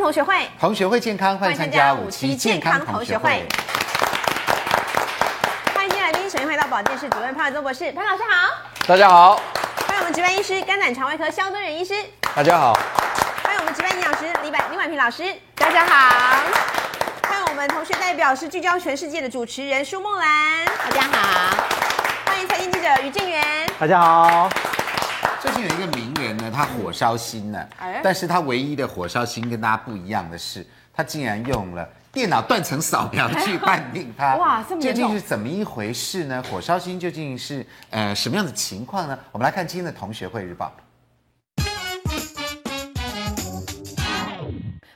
同学会，同学会健康，欢迎参加五期健康同学会。欢迎进来宾，首先欢迎到保健室主任潘伟宗博士，潘老师好。大家好，欢迎我们值班医师肝胆肠胃科肖敦仁医师，大家好，欢迎我们值班营养师李百李婉平老师，大家好，欢迎我们同学代表是聚焦全世界的主持人舒梦兰，大家好，欢迎财经记者于静媛。大家好，最近有一个名人呢，他火烧心了哎，但是他唯一的火烧心跟大家不一样的是，他竟然用了电脑断层扫描去判定他。哇这么究严重竟是怎么一回事呢？火烧心究竟是呃什么样的情况呢？我们来看今天的同学会日报。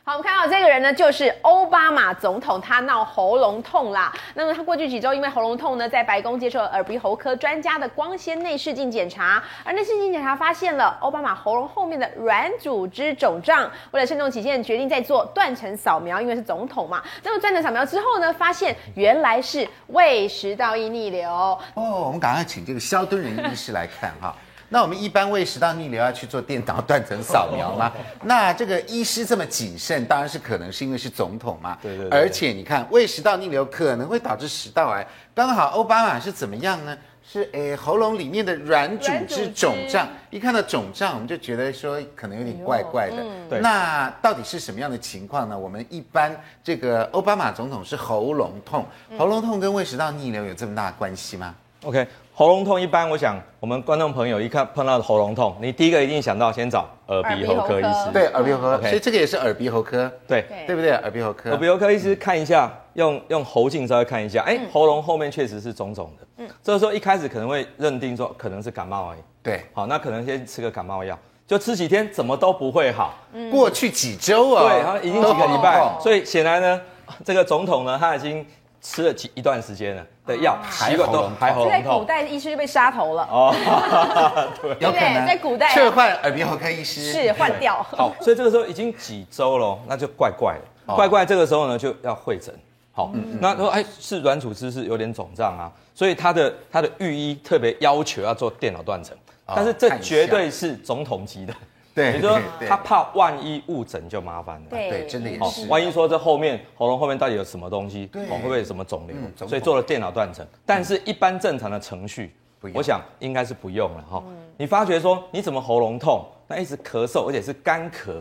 好，我们看到这个人呢，就是奥巴马总统，他闹喉咙痛啦。那么他过去几周因为喉咙痛呢，在白宫接受耳鼻喉科专家的光纤内视镜检查，而内视镜检查发现了奥巴马喉咙后面的软组织肿胀。为了慎重起见，决定再做断层扫描，因为是总统嘛。那么断层扫描之后呢，发现原来是胃食道逆流。哦，我们赶快请这个肖敦仁医师来看哈。 那我们一般胃食道逆流要去做电脑断层扫描 吗？那这个医师这么谨慎，当然是可能是因为是总统嘛。对对对而且你看，胃食道逆流可能会导致食道癌，刚好奥巴马是怎么样呢？是诶，喉咙里面的软组软组织织肿胀，一看到肿胀，我们就觉得说可能有点怪怪的。哎嗯对那到底是什么样的情况呢？我们一般这个奥巴马总统是喉咙痛，嗯喉咙痛跟胃食道逆流有这么大的关系吗？ OK，喉咙痛一般，我想我们观众朋友一看碰到喉咙痛，你第一个一定想到先找耳鼻喉科耳医鼻喉科师，对，耳鼻喉科， OK 所以这个也是耳鼻喉科，对对对不对？耳鼻喉科，耳鼻喉科医师看一下，用用喉镜稍微看一下，哎，喉咙后面确实是肿肿的，嗯，这个时候一开始可能会认定说可能是感冒而已，对，好，那可能先吃个感冒药，就吃几天怎么都不会好，嗯过去几周啊，对，他已经几个礼拜，都所以显然呢，这个总统呢，他已经吃了几一段时间了的药，习惯都啊还喉在咙古痛。代，医师就被杀头了，哦，对，有可能对在古代啊撤换耳鼻喉科医师，是换掉。好，哦所以这个时候已经几周了，那就怪怪哦嗯了，怪怪。这个时候呢，就要会诊。好，那说哎，是软组织是有点肿胀啊，所以他的他的御医特别要求要做电脑断层，哦但是这看一下绝对是总统级的，对，也就是说对他怕万一误诊就麻烦了。对，真的也哦是，，啊万一说这后面喉咙后面到底有什么东西，对哦，会不会有什么肿瘤嗯肿？所以做了电脑断层，但是一般正常的程序不，用我想应该是不用了哈。嗯你发觉说你怎么喉咙痛，那一直咳嗽，而且是干咳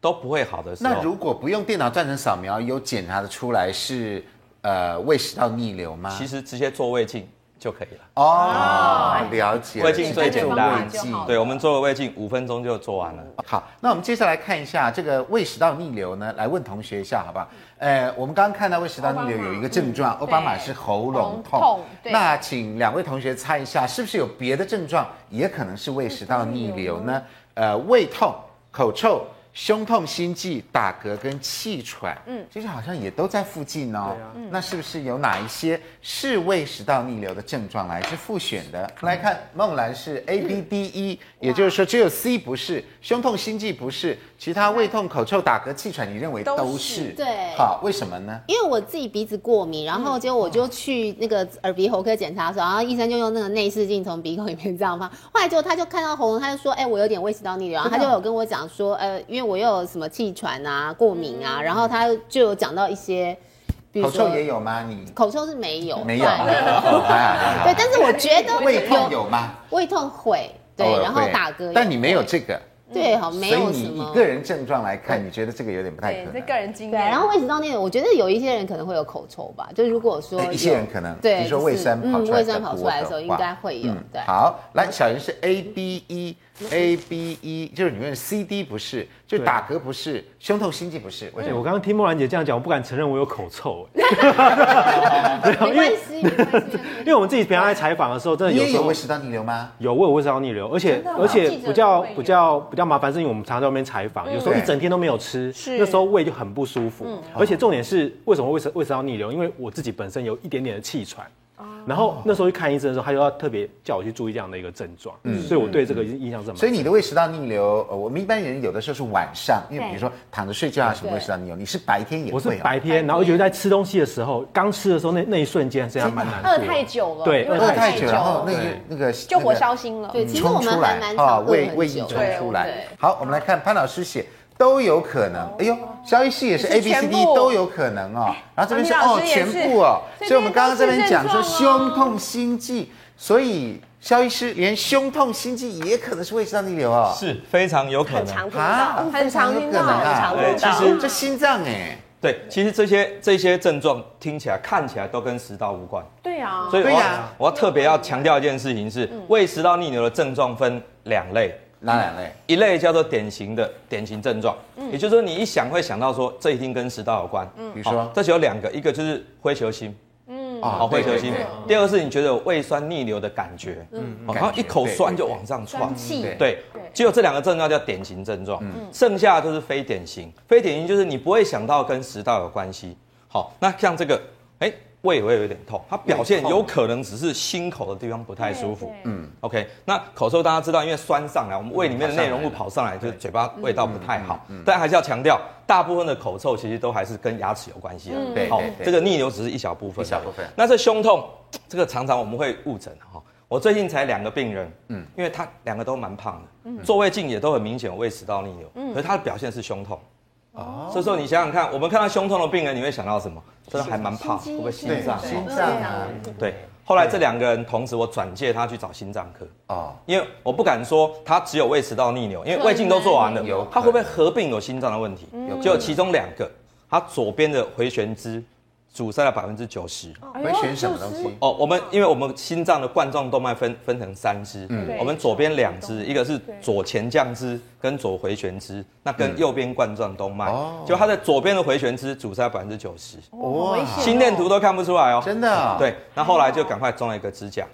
都不会好的时那候，如果不用电脑断层扫描，有检查的出来是呃胃食道逆流吗？其实直接做胃镜就可以了。哦，了解了，胃镜最简单直接做胃镜好的对，我们做胃镜五分钟就做完了。好，那我们接下来看一下这个胃食道逆流呢，来问同学一下好不好？呃，我们刚刚看到胃食道逆流有一个症状，奥巴马是喉咙喉咙痛，痛嗯对那请两位同学猜一下，是不是有别的症状也可能是胃食道逆流哦呢？呃，胃痛、口臭、胸痛、心悸、打嗝跟气喘，嗯，这些好像也都在附近哦。嗯那是不是有哪一些是胃食道逆流的症状来是复选的？嗯来看梦兰是 A B D E，、也就是说只有 C 不是，胸痛、心悸不是，其他胃痛、口臭、打嗝、气喘，你认为都都是是？对好，为什么呢？因为我自己鼻子过敏，然嗯后结果我就去那个耳鼻喉科检查的时候，然后医生就用那个内视镜从鼻孔里面这样放，后来结果他就看到喉咙，他就说，哎、我有点胃食道逆流，然后他就有跟我讲说，呃，因为我又有什么气喘啊、过敏啊，然后他就有讲到一些，比嗯如口说臭也有吗？你口臭是没有，没有？对哦还好对，但是 我觉得 胃痛有有吗？胃痛会，对偶，尔然后会打嗝，但你没有，这个，对，好，没有所以什你么以。个人症状来看，你觉得这个有点不太对可，这能。个人经对，啊验。啊然后胃食道逆流，我觉得有一些人可能会有口臭吧，就如果说对有一些人可能对，比如说胃酸跑就是出来嗯，胃酸跑出来比较的时多候的应话该会有，对，嗯好，来，小云是 A B E A B E，就是你问 C D 不是，就对嗯打嗝不是，胸痛心悸不是，为什对，么？我刚刚听莫兰姐这样讲，我不敢承认我有口臭、哎对啊没关系，没关 系。 因为我们自己平常在采访的时候，真的你有也时有候胃食道逆流吗？有我有胃食道逆流，而且而且记者比较会有比较比较麻烦，是因为我们常常在外面采嗯访，有时候一整天都没有吃，是那时候胃就很不舒服。而哦且重点是为什么胃食胃食道逆流？因为我自己本身有一点点的气喘。哦然后那时候去看医生的时候，他就要特别叫我去注意这样的一个症状，所以我对这个印象是蛮深。嗯所以你的胃食道逆流，呃我们一般人有的时候是晚上，因为比如说躺着睡觉啊什么对胃食道逆流，你是白天也我是会啊？白天，然后尤其在吃东西的时候，刚吃的时候那那一瞬间，这样蛮难过饿的。太久了，对因为饿饿太久，然后那个对那个就火那个烧心了。对，其实我嗯冲们出来还蛮啊，常胃胃胃胃液久冲的。出对来。好，我们来看潘老师写都有可能。哎呦，消音系也是也 A 是 B 全 C 部 D 都有可能哦。然后这边是啊米老哦师也全是部哦，这边所以我们刚刚这边讲说都是症状哦胸痛心悸，所以肖医师连胸痛心悸也可能是胃食道逆流哦。是非常有可很能。常听啊到，，很常听到非有可能很啊常对听到。其实这心脏哎，对，其实这些这些症状听起来、看起来都跟食道无关，对啊，所以我对要、呀我要特别要强调一件事情是，嗯胃食道逆流的症状分两类，哪两类？一类叫做典型的典型症状，也就是说你一想会想到说这一定跟食道有关。嗯，比如说这就有两个，一个就是灰球心，哦好灰球对心对对；第二个是你觉得有胃酸逆流的感觉，嗯，好然后一口酸就往上窜酸。气对对，只有这两个症状叫典型症状，剩下的都是非典型。非典型就是你不会想到跟食道有关系。好，那像这个，哎，胃会有点痛，它表现有可能只是心口的地方不太舒服。嗯，OK，那口臭大家知道，因为酸上来，我们胃里面的内容物跑上来，就是嘴巴味道不太好。但还是要强调，大部分的口臭其实都还是跟牙齿有关系的。啊对好对，对这个逆流只是一小部分而已，一小部分那这胸痛，这个常常我们会误诊啊哈。我最近才两个病人，嗯，因为他两个都蛮胖的，座位镜也都很明显有胃食道逆流，嗯，可是他的表现是胸痛。哦，所以说你想想看，我们看到胸痛的病人，你会想到什么？真的还蛮怕，会不会心对脏？心脏啊，对。后来这两个人同时，我转介他去找心脏科，哦，因为我不敢说他只有胃食道逆流，因为胃镜都做完了，有可能他会不会合并有心脏的问题？就其中两个，他左边的回旋肢阻塞了百分之九十。哎会选什么东西？哦，我们因为我们心脏的冠状动脉分分成三支，嗯我们左边两支，一个是左前降支跟左回旋支，那跟右边冠状动脉，哦就它的左边的回旋支阻塞百分之九十，哦哇，心电图都看不出来哦。哦真的啊嗯对，那后来就赶快装了一个支架，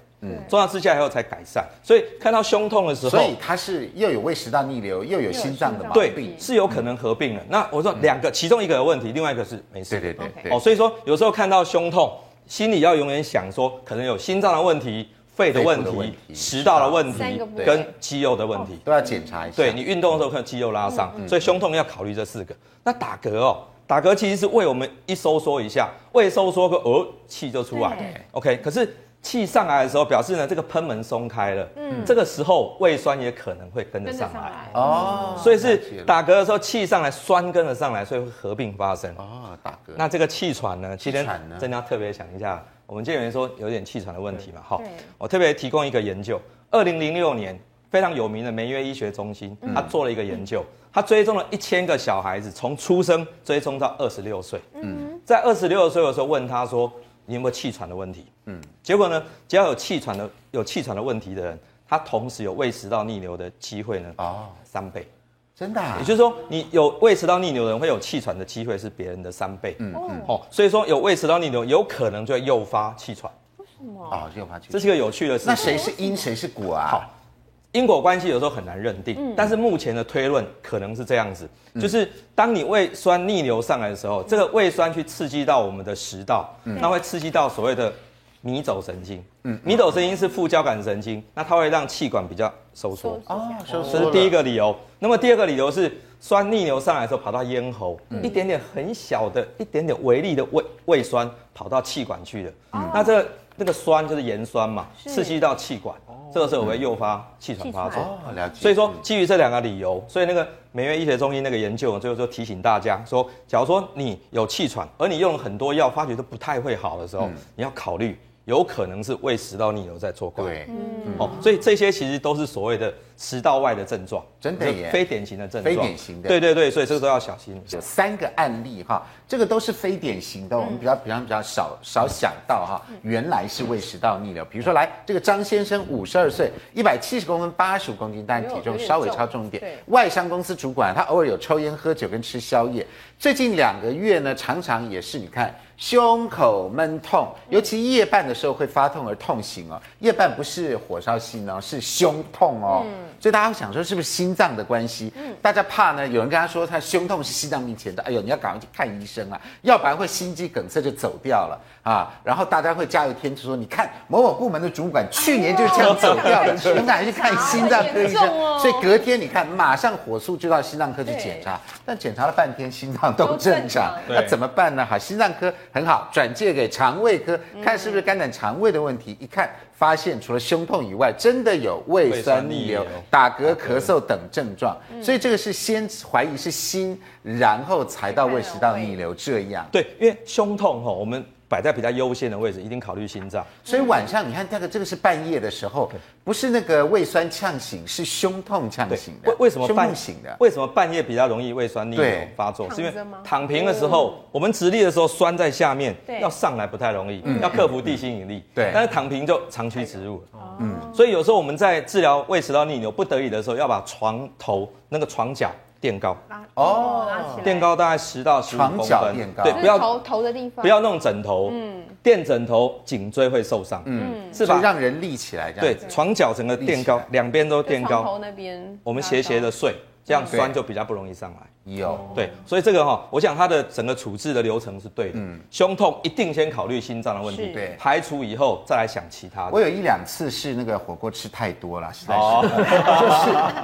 装了支架以后才改善。所以看到胸痛的时所候以，它是又有胃食道逆流，又有心脏的毛对病，。是有可能合并的。那我说两个，其中一个有问题，另外一个是没事。对对对对哦，所以说有时候看到胸痛，心里要永远想说，可能有心脏的问题、肺的问肺部的问题、题食道的问三题个部位跟肌肉的问题。都要检查一下。对你运动的时候可能肌肉拉伤，所以胸痛要考虑这四个。那打嗝哦，打嗝其实是胃我们一收缩一下，胃收缩个哦气就出来了。OK，可是气上来的时候，表示呢这个喷门松开了，嗯，这个时候胃酸也可能会跟着跟着上上来。来，哦，所以是了解了打嗝的时候气上来，酸跟着上来，所以会合并发生。哦，打嗝。那这个气喘呢，今天气喘呢真的要特别想一下，我们健员说有点气喘的问题嘛，哈对，我特别提供一个研究，二零零六年非常有名的梅约医学中心，嗯他做了一个研究，他追踪了一千个小孩子，从出生追踪到二十六岁，嗯，在二十六岁的时候问他说，你有没有气喘的问题？嗯，结果呢，只要有气喘的有气喘的问题的人，他同时有胃食道逆流的机会呢，哦三倍。真的啊也就是说，你有胃食道逆流的人会有气喘的机会是别人的三倍。嗯嗯。哦，所以说有胃食道逆流有可能就会诱发气喘，哦，诱发气这是个有趣的事那情。谁是因，谁是果啊？好因果关系有时候很难认定，但是目前的推论可能是这样子，就是当你胃酸逆流上来的时候，这个胃酸去刺激到我们的食道，它会刺激到所谓的迷走神经。嗯，迷走神经是副交感神经，那它会让气管比较收缩。哦，收这是第一个理由。那么第二个理由是酸逆流上来的时候跑到咽喉，一点点很小的、一点点微粒的胃胃酸跑到气管去了。那这个那个酸嗯就是盐酸嘛，刺激到气管，这个时候会诱发气喘发作。哦，了解。所以说，基于这两个理由，所以那个美院医学中心那个研究，最后就提醒大家说，假如说你有气喘，而你用了很多药，发觉都不太会好的时候，你要考虑有可能是胃食道逆流在作怪。对，哦，所以这些其实都是所谓的食道外的症状，真的耶非典型的症状，非典型的对对对，所以这个都要小心。有三个案例哈，这个都是非典型的，我们比较比较比较少少想到哈，原来是胃食道逆流。比如说来这个张先生五十二岁，一百七十公分，八十五公斤，但体重稍微超重一哎点有点重，外商公司主管，他偶尔有抽烟、喝酒跟吃宵夜。最近两个月呢，常常也是你看胸口闷痛，嗯尤其夜半的时候会发痛而痛醒哦。夜半不是火烧心哦，是胸痛哦。嗯所以大家会想说是不是心脏的关系？大家怕呢，有人跟他说他胸痛是心脏病前兆，哎呦，你要赶快去看医生啊，要不然会心肌梗塞就走掉了啊。然后大家会加油添醋说，你看某某部门的主管去年就是这样走 掉的，你赶快去看心脏科医好严重生哦。所以隔天你看，马上火速就到心脏科去检查，但检查了半天，心脏况都正常，都正常那对怎么办呢？好，心脏科很好，转介给肠胃科，看是不是肝胆肠胃的问题。一看发现除了胸痛以外，真的有胃胃酸酸逆逆流流、打嗝、咳嗽等症状，所以这个是先怀疑是心，然后才到胃食道逆流这样。对，因为胸痛吼，我们摆在比较优先的位置，一定考虑心脏。所以晚上你看，这个这个是半夜的时候，嗯不是那个胃酸呛醒，是胸痛呛对醒，的。为为什么胸半痛醒的？为什么半夜比较容易胃酸逆流对发作？躺是因为着吗哦躺平的时候，我们直立的时候栓在下面对，要上来不太容易，要克服地心引力。嗯对但是躺平就长期植入了。哦嗯，所以有时候我们在治疗胃食道逆流不得已的时候，要把床头那个床脚垫高，拉哦拉起来，垫高大概十到十五床公脚分垫高，对，就不是要头嗯头的地方，不要弄枕头，垫枕头颈椎会受伤，嗯嗯，是吧就？让人立起来这样对子。，床脚整个垫立高起来，两边都就垫床高，头那边，我们斜斜的睡，这样酸就比较不容易上来。有对，所以这个哈、我想它的整个处置的流程是对的。胸痛一定先考虑心脏的问是题，嗯对排除以后再来想其他 我的。有一两次是那个火锅吃太多了，实在哦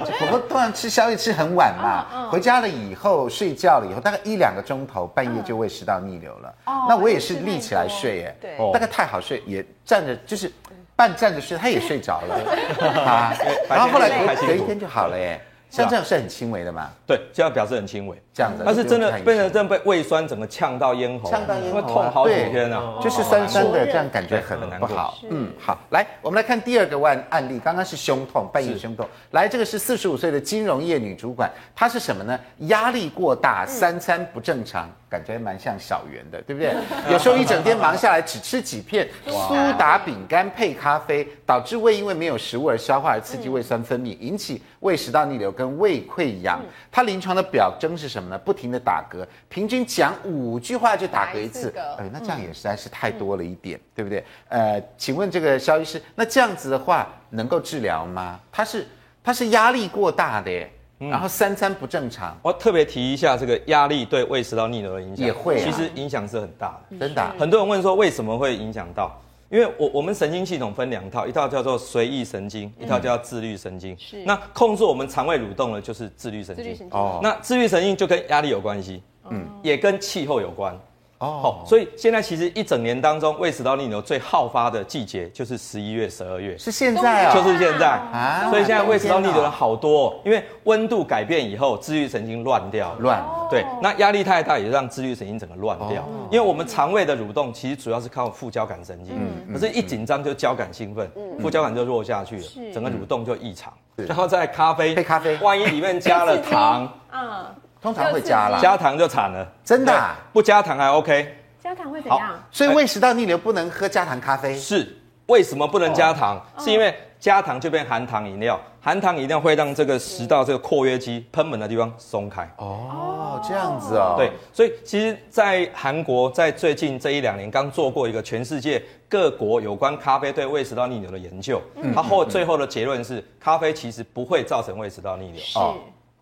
是， 就是火锅通常吃宵夜吃很晚嗯嘛，嗯回家了以后睡觉了以后，大概一两个钟头，半夜就胃食道逆流了。哦那我也是立起来睡耶，对哦大概太好睡，也站着就是半站着睡，他也睡着 了啊。然后后来隔隔白天太辛苦一天就好了耶，是啊像这样是很轻微的嘛，对，这样表示很轻微。这样子。嗯但是真的就不用变看医生成真的被胃酸整个呛到咽喉，呛到咽喉啊会痛好几天啊对。就是酸酸的，哦这样感觉很很难不过好是。嗯，好，来，我们来看第二个案案例，刚刚是胸痛，半夜是胸痛。来，这个是四十五岁的金融业女主管，她是什么呢？压力过嗯大，三餐不正常，感觉还蛮像小圆的，对不 对？有时候一整天忙下来，只吃几片苏打饼干配咖啡，导致胃因为没有食物而消化而刺嗯激胃酸分泌，引起胃食道逆流跟胃溃疡。嗯她临床的表征是什么呢？不停的打嗝，平均讲五句话就打嗝一打一次次嗝，嗯哎，那这样也实在是太多了一点，对不对？呃，请问这个肖医师，那这样子的话能够治疗吗？他是他是压力过大的耶，嗯然后三餐不正常，我特别提一下，这个压力对胃食道逆流的影响也会啊其实影响是很大嗯的。真的啊、很多人问说为什么会影响到？因为我我们神经系统分两套，一套叫做随意神经，嗯一套叫自律神经。是那控制我们肠胃蠕动的就是自律神自律经神。经哦哦，那自律神经就跟压力有关系，嗯，也跟气候有关。哦哦，，所以现在其实一整年当中，胃食道逆流最好发的季节就是十一月、十二月，是现在啊、就哦，是现在。啊所以现在胃食道逆流的好多、哦，因为温度改变以后，自律神经乱掉了。乱哦对，那压力太大也让自律神经整个乱掉，因为我们肠胃的蠕动其实主要是靠副交感神经，嗯可是一紧张就交感兴奋，副交感就弱下去了，整个蠕动就异常。然后再咖啡，配咖啡万一里面加了糖，啊，通常会加啦，加糖就惨了，真的啊对不加糖还 OK，加糖会怎样？所以胃食道逆流不能喝加糖咖啡，是为什么不能加糖？是因为加糖就变含糖饮料，含糖饮料会让这个食道这个括约肌喷门的地方松开。哦，这样子哦，对，，所以其实，在韩国，在最近这一两年，刚做过一个全世界各国有关咖啡对胃食道逆流的研究。嗯它后最后的结论是，咖啡其实不会造成胃食道逆流，是哦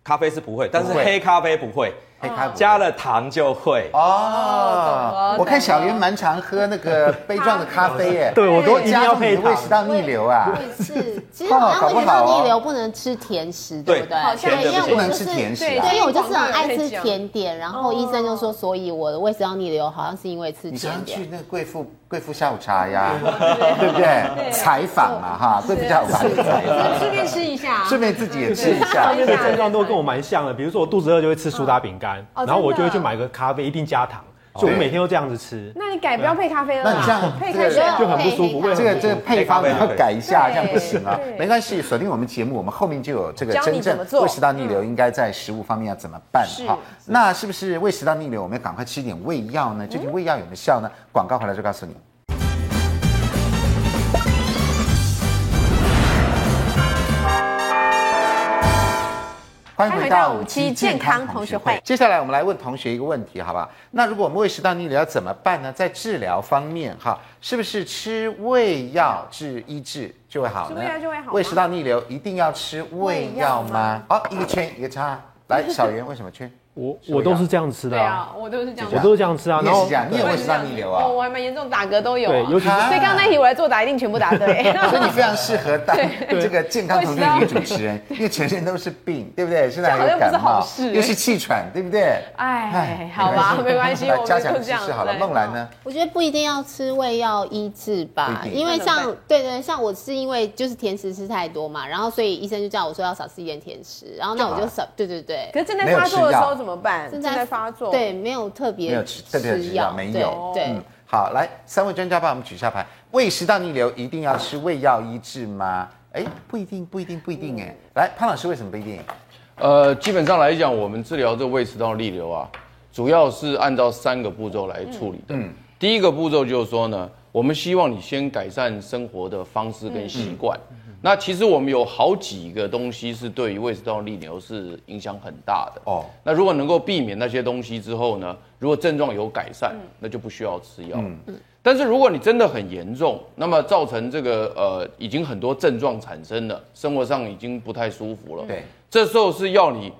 咖啡是不会，但是不会黑咖啡不会，黑咖啡加哦了糖就会。哦懂了，我看小云蛮常喝那 个杯状的咖啡耶，对我都一定加要重你配的糖胃。食道逆流啊我。也是，其实好像胃食道逆哦流不能吃甜食，对不对？对好像对因为也我不能就是吃甜食啊对，因为我就是很爱吃甜点，然后医生就说，所以我的胃食道逆流好像是因为吃你常常甜去点。那个贵妇贵妇下午茶呀，对对不对？采访嘛哈，贵妇下午茶去采 访，顺便吃一下，顺便自己 也吃一下上。面的症状都跟我蛮像的，比如说我肚子饿就会吃苏打饼干，哦然后我真就的会去买个咖啡，一定加糖，所以我对每天都这样子吃。那你改不要配咖啡了啦，那你这样配这开个水就很不舒服对胃这很个这个配方要改一下，对这样不行啊对。没关系，锁定我们节目，我们后面就有这个教你真怎正么做胃食道逆流应该在食物方面要怎么办是哈。那嗯是不嗯是胃食道逆流我们要赶快吃一点胃药呢？究竟胃药有没有效呢？广告回来就告诉你。欢迎回到五期健康同学会。接下来我们来问同学一个问题，好不好？那如果我们胃食道逆流要怎么办呢？在治疗方面，哈，是不是吃胃药治医治就会好呢？吃胃药就会好吗 胃食道逆流一定要吃胃药吗？好，一个圈一个叉。来，小圆为什么圈？我我都是这样吃对的啊，啊，我都是这样我子。都是这样吃啊，你然也后是这样，你也会食道逆流啊哦，，我还蛮严重，打嗝都有啊。对，尤其是啊所以刚刚那题我来作答，一定全部答对。所以你非常适合 当这个健康同的女主持人，因为全身都是病，对不对？现在还有这好像不感是好冒事，又是气喘，对不对？哎，好吧，没关系，来我加们强就知这样识。好了。对梦兰呢？我觉得不一定要吃胃药医治吧不，一定因那为怎像么对对，像我是因为就是甜食吃太多嘛，然后所以医生就叫我说要少吃一点甜食，然后那我就少对对对可，是正在没有发作的吃时药候怎么办？正在发作，对，没有特别没有吃特别的吃药没有对对嗯，好，来，三位专家帮我们举下牌。胃食道逆流一定要吃胃药医治吗？哎，不一定，不一定，不一定。哎，来，潘老师为什么不一定？呃，基本上来讲，我们治疗这胃食道逆流啊，主要是按照三个步骤来处理的。第一个步骤就是说呢，我们希望你先改善生活的方式跟习惯。那其实我们有好几个东西是对于胃食道逆流是影响很大的哦哦。那如果能够避免那些东西之后呢，如果症状有改善，那就不需要吃药。嗯但是如果你真的很严重，那么造成这个呃已经很多症状产生了，生活上已经不太舒服了，对，这时候是要你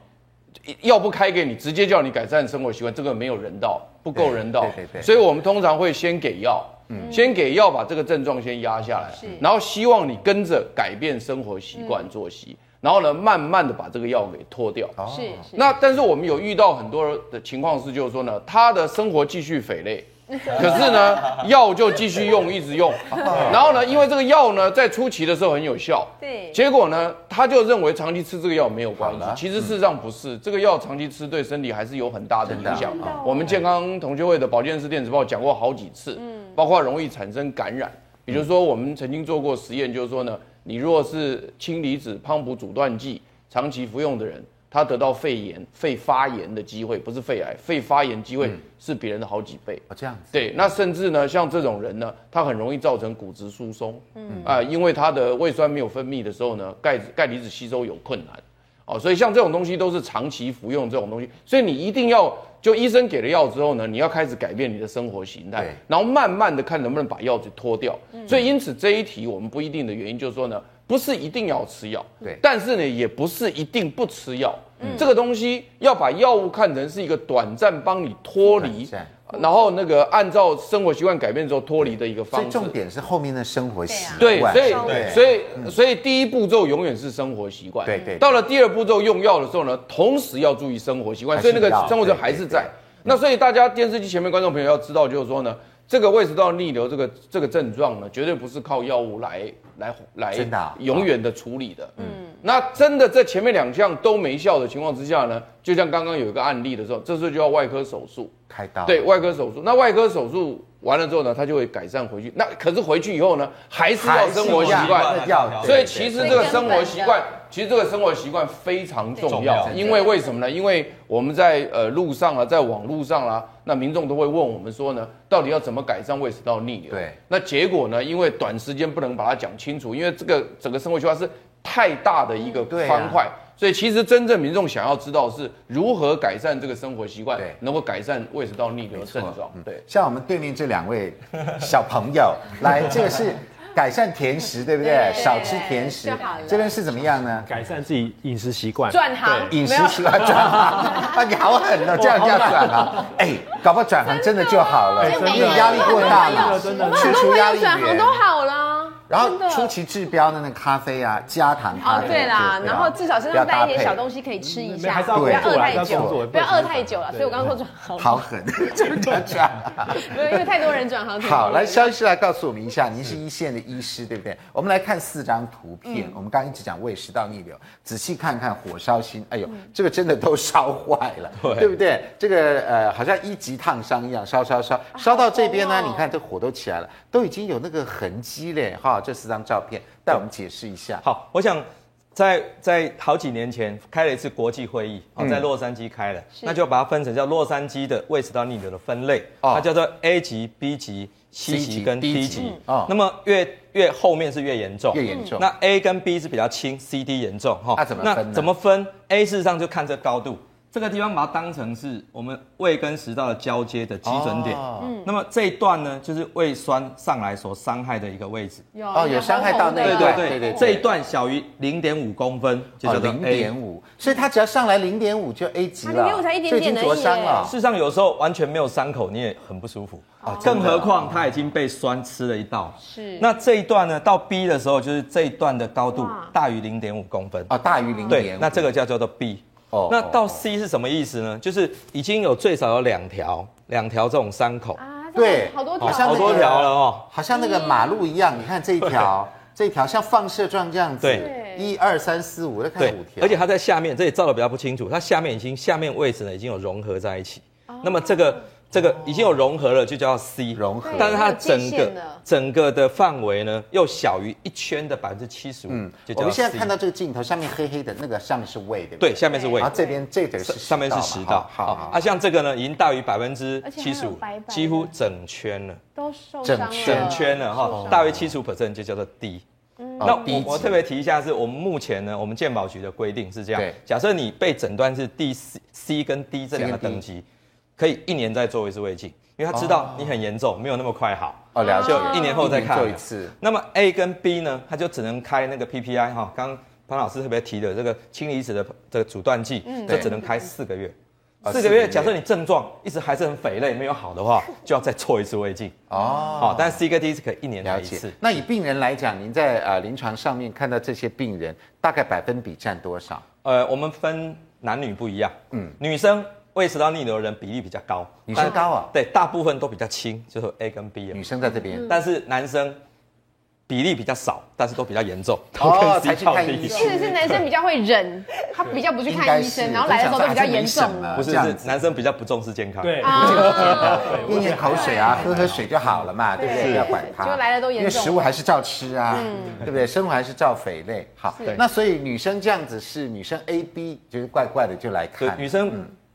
药不开给你，直接叫你改善生活习惯，这个没有人道，不够人道。对对嗯对所以我们通常会先给药，先给药把这个症状先压下来，然后希望你跟着改变生活习惯、作息，然后呢，慢慢的把这个药给脱掉。哦是是。那但是我们有遇到很多的情况是，就是说呢，他的生活继续匪类，可是呢，药就继续用，一直用。然后呢，因为这个药呢，在初期的时候很有效，对结果呢，他就认为长期吃这个药没有关系好了。嗯其实事实上不是，这个药长期吃对身体还是有很大的影响啊真的。啊哦我们健康同学会的保健室电子报讲过好几次，嗯包括容易产生感染。比如说，我们曾经做过实验，就是说呢，你如果是氢离子泵浦阻断剂长期服用的人，他得到肺炎、肺发炎的机会，不是肺癌，肺发炎机会嗯是别人的好几倍。哦，这样子。对，那甚至呢，像这种人呢，他很容易造成骨质疏松，嗯啊、因为他的胃酸没有分泌的时候呢，钙钙离子吸收有困难，哦，所以像这种东西都是长期服用这种东西，所以你一定要就医生给了药之后呢，你要开始改变你的生活形态对，嗯然后慢慢的看能不能把药给脱掉。所以因此这一题我们不一定的原因就是说呢，不是一定要吃药，对嗯但是呢也不是一定不吃药。这个东西要把药物看成是一个短暂帮你脱离短暂，然后那个按照生活习惯改变之后脱离的一个所方以式。重点是后面的生活习惯。对，所以对嗯所以所以第一步骤永远是生活习惯。对对对到了第二步骤用药的时候呢，同时要注意生活习惯，还是所以那个要生活习惯对还是对在对。那所以大家电视机前面观众朋友要知道，就是说呢，这个胃食道逆流这个这个症状呢，绝对不是靠药物来来来真的啊永远的处理的。嗯，那真的这前面两项都没效的情况之下呢，就像刚刚有一个案例的时候，这时候就要外科手术。开刀。对外科手术，那外科手术完了之后呢，他就会改善回去。那可是回去以后呢，还是要生活习还惯是。要。所以其实这个对生活习惯，其实这个生活习惯非常重要，对因为为什么呢？因为我们在呃路上啊，在网路上啊，那民众都会问我们说呢，到底要怎么改善胃食道逆流？对那结果呢，因为短时间不能把它讲清楚，因为这个整个生活习惯是太大的一个对啊方块。所以其实真正民众想要知道是如何改善这个生活习惯对，嗯能够改善胃食道逆流的症状。对，像我们对面这两位小朋友，来，这个是改善甜食，对不对？对少吃甜食就好了。这边是怎么样呢？改善自己饮食习惯。转行饮没食有习惯转行，啊，你好狠哦，这样叫转行，哎，搞不好转行真的就好了，真的因为压力过大了，真的真的去除压力转行都源。好了。然真后的初期治标的那个咖啡啊，加糖咖哦啡，，对啦，啊不要然后至少身上带一点小东不要搭配西可以吃一没下，还是要不要饿工作啊太还是要工久，作不要饿太久了。所以我刚刚说转行，好狠，真的转行。没有， 因为太多人转行。 好，来，肖医师来告诉我们一下，您是一线的医师，对不对？我们来看四张图片，嗯我们刚刚一直讲胃食道逆流，仔细看看火烧心，哎呦，嗯这个真的都烧坏了， 对对不对？这个呃，好像一级烫伤一样，烧烧啊烧，烧到这边呢，红哦你看这火都起来了，都已经有那个痕迹嘞，哈，这四张照片带我们解释一下。好，我想在在好几年前开了一次国际会议，嗯哦，在洛杉矶开的，那就把它分成叫洛杉矶的胃食道逆流的分类，哦它叫做 A 级、B 级、C C 级级跟 D D 级级。嗯哦那么越越后面是越严重，越严重那 A 跟 B 是比较轻，C、D 严重哈那怎么分呢那怎么分？A 事实上就看这高度。这个地方把它当成是我们胃跟食道的交接的基准点。哦嗯那么这一段呢，就是胃酸上来所伤害的一个位置。有哦有伤害到那红一红的段对对对对这一段小于零点五公分就哦，叫做零 A 点五，所以他只要上来零点五就 A 级了， 0.5才一点就已点经而已灼伤耶了事。实上，有时候完全没有伤口，你也很不舒服哦啊。更何况它已经被酸吃了一道。是那这一段呢，到 B 的时候，就是这一段的高度哇大于零点五公分。哦，大于零对点，五，那这个叫叫做 B。哦哦，那哦到 C 是什么意思呢？就是已经有最少有两条，两条这种伤口，啊，这对，好多好像条那好个多条了哦，好像那个马路一样，你看这一条，这一条像放射状这样子对，一二三四五，再看对五，条，而且它在下面，这里照的比较不清楚，它下面已经下面位置呢已经有融合在一起。哦那么这个这个已经有融合了，就叫 C 融合但是它有整界限个了整个的范围呢又小于一圈的百分之七十五，就嗯我叫们现在 C 看到这个镜头，下面黑黑的那个上面是胃，对不对，？下面是胃然。后这边这个是上上面是食道，好好好啊，像这个呢，已经大于百分之而且还七十有五白白，的几乎整圈了。都受整伤了，圈整圈了受哈，伤大约七十五 percent 就叫做低。哦那低我我级特别提一下，是我们目前呢，我们健保局的规定是这样对：假设你被诊断是第 C、C 跟 D 这两个 C 跟 D 等级，可以一年再做一次胃镜，因为他知道你很严重，没有那么快好。哦，了解，就一年后再看一年做一次。那么 A 跟 B 呢，它就只能开那个 PPI 哈，刚刚潘老师特别提的这个氢离子的这个阻断剂，就只能开四个月。嗯啊四四个个月月，假设你症状一直还是很肥类，没有好 的话，就要再做一次胃镜。哦，好，但 C 跟 D 是可以一年来了一解次。。那以病人来讲，您在呃临床上面看到这些病人，大概百分比占多少？呃，我们分男女不一样，嗯，女生胃食道逆流的人比例比较高，女生但高啊对，大部分都比较轻，就是有 A 跟 B 了女生在嗯这边，但是男生比例比较少，但是都比较严重，都哦跟才 C 去到看 D 医生其实是男生比较会忍，他比较不去看医生，然后来的时候都比较严重啊了。不是啊这样是子男生比较不重视健康，对，咽咽口水啊，喝喝水就好了嘛，对不对？对不要管它。就来的都严重嗯因为食物还是照吃啊，对不对？生活还是照肥类。好，那所以女生这样子是女生 A B，就是怪怪的就来对看。嗯女生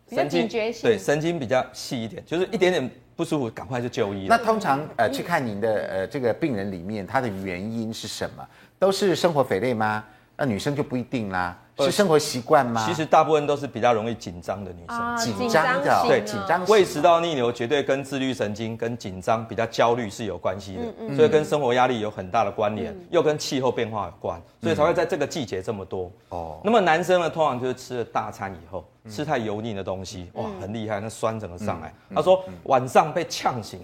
比较神经警觉性对神经比较细一点，就是一点点不舒服，赶快就就医那了。通常呃去看您的呃这个病人里面，他的原因是什么？都是生活肥类吗？那女生就不一定啦，是生活习惯吗？呃其实大部分都是比较容易紧张的女生。紧张的啊型对啊紧张胃食道逆流绝对跟自律神经、跟紧张、比较焦虑是有关系的，所以跟生活压力有很大的关联，又跟气候变化有关，所以才会在这个季节这么多。哦哦，那么男生呢，通常就是吃了大餐以后，嗯吃太油腻的东西，哇，很厉害，那酸整个上来。嗯他说晚上被呛醒，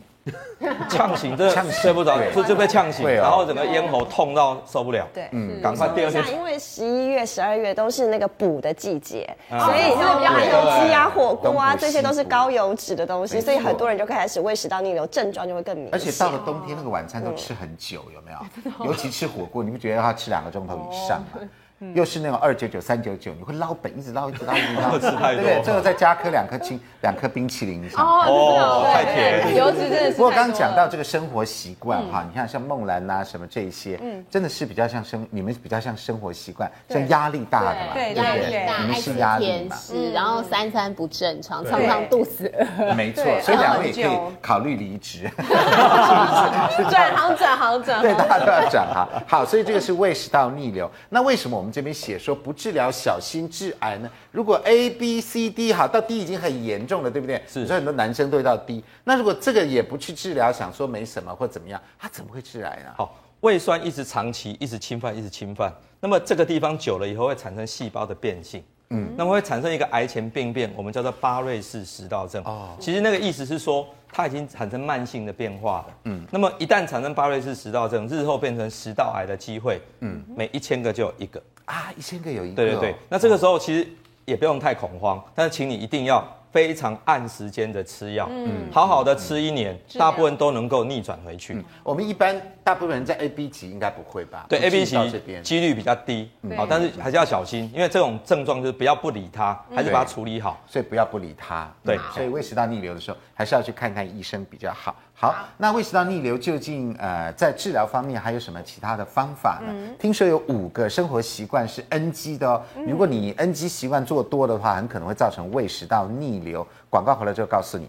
呛醒真呛的醒睡不着对，嗯就就被呛醒，会哦然后整个咽喉痛到受不了，对，赶快第二天像因为十一月、十二月都是那个补的季节，所以哦像比较含油鸡啊、火锅啊东啊，补这些都是西补高油脂的东西，没错所以很多人就开始胃食道逆流症状就会更明显。而且到了冬天，那个哦晚餐都吃很久，有没 有？尤其吃火锅，你不觉得要吃两个钟头以上吗？哦嗯又是那种二九九、三九九，你会捞本，一直捞，一直捞，一直捞，吃太对不多对？最后再加颗两颗青，两颗冰淇淋上。哦，真的哦哦对太甜对油脂真的是。不过刚刚讲到，这个生活习惯嗯哈，你看像梦兰呐、什么这一些，真的是比较像生，你们比较像生活习惯，像压力大的嘛，对不压力对大，你们爱是吃压力甜嘛，食，然嗯后三餐不正常，常常肚子饿。没错，对所以两位也可以然后很久考虑离职。转行转行 转对，行，大家都要转行。好，所以这个是胃食道逆流。那为什么我们这边写说不治疗小心致癌呢？如果 A、B、C、D 好，到 D 已经很严重了，对不对？是你说很多男生都会到 D。那如果这个也不去治疗，想说没什么或怎么样，他怎么会致癌呢？好，胃酸一直长期一直侵犯，一直侵犯，那么这个地方久了以后会产生细胞的变性。嗯，那么会产生一个癌前病变，我们叫做巴瑞氏食道症。哦，其实那个意思是说，它已经产生慢性的变化了。嗯，那么一旦产生巴瑞氏食道症，日后变成食道癌的机会，嗯，哦每一千个就有一个。啊，一千个有一个、对对对，，那这个时候其实也不用太恐慌，但是请你一定要非常按时间的吃药，嗯，好好的吃一年，疗大部分都能够逆转回去。我们一般大部分人在 A、B 级应该不会吧？对不至于 A、B 到这边型几率比较低，对好，但是还是要小心，因为这种症状就是不要不理它，还是把它处理好。所以不要不理它。对嗯所以胃食道逆流的时候，还是要去看看医生比较好。好，那胃食道逆流究竟呃在治疗方面还有什么其他的方法呢？听说有五个生活习惯是 NG 的哦，如果你 NG 习惯做多的话，很可能会造成胃食道逆流。广告回来之后告诉你。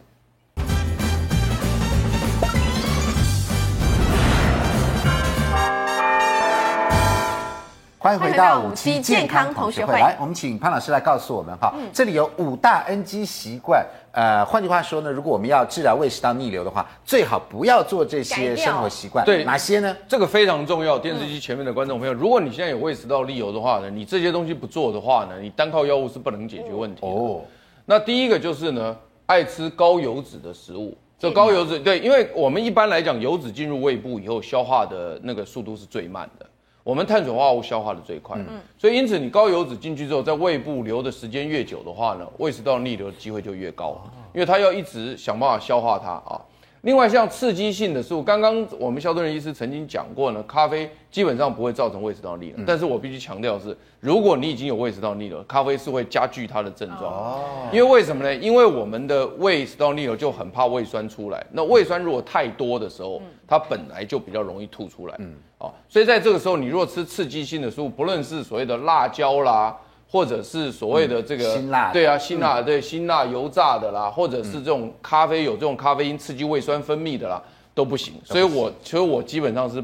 欢迎回到五欢期迎回到五期健康同学会。来，我们请潘老师来告诉我们哈，嗯这里有五大 NG 习惯。呃，换句话说呢，如果我们要治疗胃食道逆流的话，最好不要做这些改掉生活习惯。对哪些呢？这个非常重要，电视机前面的观众朋友，如果你现在有胃食道逆流的话呢，你这些东西不做的话呢，你单靠药物是不能解决问题的。哦，那第一个就是呢，爱吃高油脂的食物。这高油脂对，因为我们一般来讲，油脂进入胃部以后，消化的那个速度是最慢的。我们碳水化合物消化的最快，所以因此你高油脂进去之后，在胃部留的时间越久的话呢，胃食道逆流的机会就越高，因为它要一直想办法消化它啊。另外，像刺激性的事物，刚刚我们肖敦仁医师曾经讲过呢，咖啡基本上不会造成胃食道逆嗯流，但是我必须强调的是，如果你已经有胃食道逆流，咖啡是会加剧它的症状。哦因为为什么呢？因为我们的胃食道逆流就很怕胃酸出来，那胃酸如果太多的时候，嗯它本来就比较容易吐出来。嗯，哦，所以在这个时候，你如果吃刺激性的食物，不论是所谓的辣椒啦，或者是所谓的这个、嗯辛辣的对啊，辛辣、对辛辣油炸的啦，或者是这种咖啡有这种咖啡因刺激胃酸分泌的啦，都不行。所以我所以我基本上是，